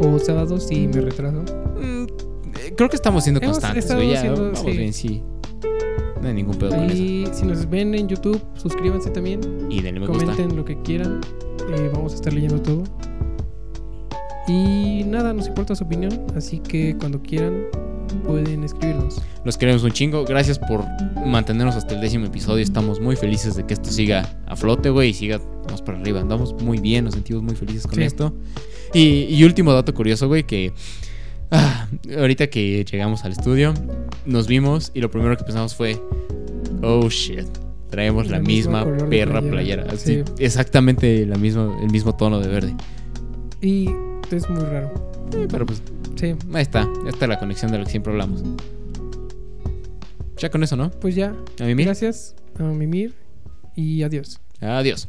Speaker 2: o sábado si me retraso.
Speaker 1: Mm, eh, creo que estamos siendo
Speaker 2: Hemos
Speaker 1: constantes,
Speaker 2: estado
Speaker 1: güey. ya,
Speaker 2: siendo-
Speaker 1: vamos
Speaker 2: sí.
Speaker 1: bien, sí. No hay ningún pedo con eso.
Speaker 2: Y si nos ven en YouTube, suscríbanse también,
Speaker 1: Y denle me gusta.
Speaker 2: comenten lo que quieran, eh, vamos a estar leyendo todo. Y nada, nos importa su opinión, así que cuando quieran pueden escribirnos.
Speaker 1: Los queremos un chingo. Gracias por mantenernos hasta el décimo episodio. Estamos muy felices de que esto siga a flote, güey. Y siga más para arriba. Andamos muy bien, nos sentimos muy felices con
Speaker 2: Sí.
Speaker 1: esto. Y, y último dato curioso, güey, que ah, ahorita que llegamos al estudio, nos vimos y lo primero que pensamos fue, oh shit. Traemos la,
Speaker 2: El mismo
Speaker 1: misma
Speaker 2: color de
Speaker 1: perra
Speaker 2: playera.
Speaker 1: playera. Así,
Speaker 2: Sí.
Speaker 1: Exactamente la misma, el mismo tono de verde.
Speaker 2: Y es muy raro.
Speaker 1: Eh, pero pues
Speaker 2: Sí,
Speaker 1: Ahí está, ya está la conexión de la que siempre hablamos. Ya con eso, ¿no?
Speaker 2: pues ya,
Speaker 1: A mí
Speaker 2: gracias a Mimir y adiós.
Speaker 1: Adiós.